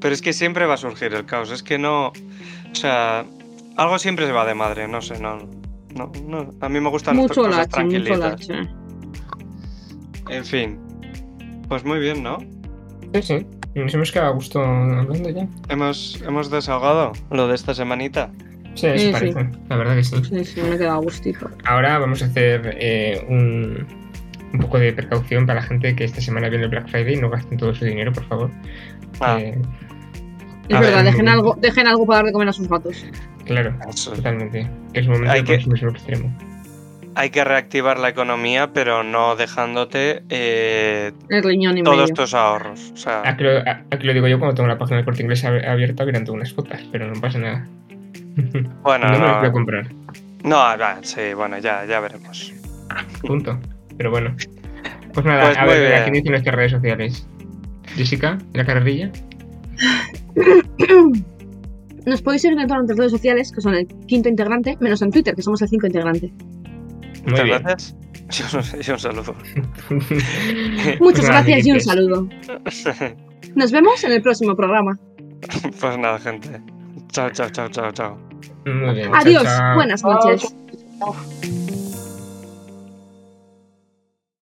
[SPEAKER 1] Pero es que siempre va a surgir el caos, es que no. O sea, algo siempre se va de madre, no sé, no. no, no. A mí me gustan las
[SPEAKER 4] Mucho
[SPEAKER 1] cosas
[SPEAKER 4] lache, mucho
[SPEAKER 1] tranquilitas.
[SPEAKER 4] lache.
[SPEAKER 1] En fin. Pues muy bien, ¿no?
[SPEAKER 2] Sí, sí. Nos hemos quedado a gusto hablando ya.
[SPEAKER 1] Hemos, hemos desahogado lo de esta semanita.
[SPEAKER 2] Sí, eso
[SPEAKER 4] Sí, sí.
[SPEAKER 2] parece. La verdad que sí.
[SPEAKER 4] Sí, sí, me he quedado a gustito.
[SPEAKER 2] Ahora vamos a hacer eh, un, un poco de precaución para la gente que esta semana viene el Black Friday y no gasten todo su dinero, por favor.
[SPEAKER 1] Ah,
[SPEAKER 2] Eh,
[SPEAKER 4] Es
[SPEAKER 1] A
[SPEAKER 4] verdad,
[SPEAKER 2] ver,
[SPEAKER 4] dejen
[SPEAKER 2] mm.
[SPEAKER 4] algo, dejen algo para dar de comer a sus gatos.
[SPEAKER 2] claro,
[SPEAKER 1] eso.
[SPEAKER 2] totalmente. Es un momento
[SPEAKER 1] Hay
[SPEAKER 2] de
[SPEAKER 1] que-
[SPEAKER 2] consumismo extremo.
[SPEAKER 1] Hay que reactivar la economía, pero no dejándote eh,
[SPEAKER 4] El riñón y
[SPEAKER 1] todos
[SPEAKER 4] medio.
[SPEAKER 1] tus ahorros. O sea,
[SPEAKER 2] Aquí Ah, lo, a- aquí lo digo yo cuando tengo la página del corte inglés ab- abierta mirando unas fotos, pero no pasa nada. *laughs*
[SPEAKER 1] bueno,
[SPEAKER 2] no me las
[SPEAKER 1] no-
[SPEAKER 2] voy a comprar.
[SPEAKER 1] No, ah, sí, bueno, ya, ya veremos.
[SPEAKER 2] Punto. Pero bueno. Pues nada,
[SPEAKER 1] Pues
[SPEAKER 2] a
[SPEAKER 1] muy
[SPEAKER 2] ver,
[SPEAKER 1] bien.
[SPEAKER 2] aquí dicen nuestras redes sociales. Jessica, de la carrerilla.
[SPEAKER 4] Nos podéis seguir en todas nuestras redes sociales, que son el quinto integrante, menos en Twitter, que somos el cinco integrante.
[SPEAKER 2] Muy
[SPEAKER 1] Muchas
[SPEAKER 2] *laughs* bien.
[SPEAKER 1] gracias. *laughs* Y un saludo. *laughs*
[SPEAKER 4] Muchas
[SPEAKER 2] Pues Nada,
[SPEAKER 4] gracias y un
[SPEAKER 2] amiguitos.
[SPEAKER 4] saludo. Nos vemos en el próximo programa.
[SPEAKER 1] *laughs* Pues nada, gente. Chao, chao, chao, chao, chao.
[SPEAKER 2] Muy bien, chao,
[SPEAKER 4] Adiós.
[SPEAKER 2] chao.
[SPEAKER 4] Buenas noches.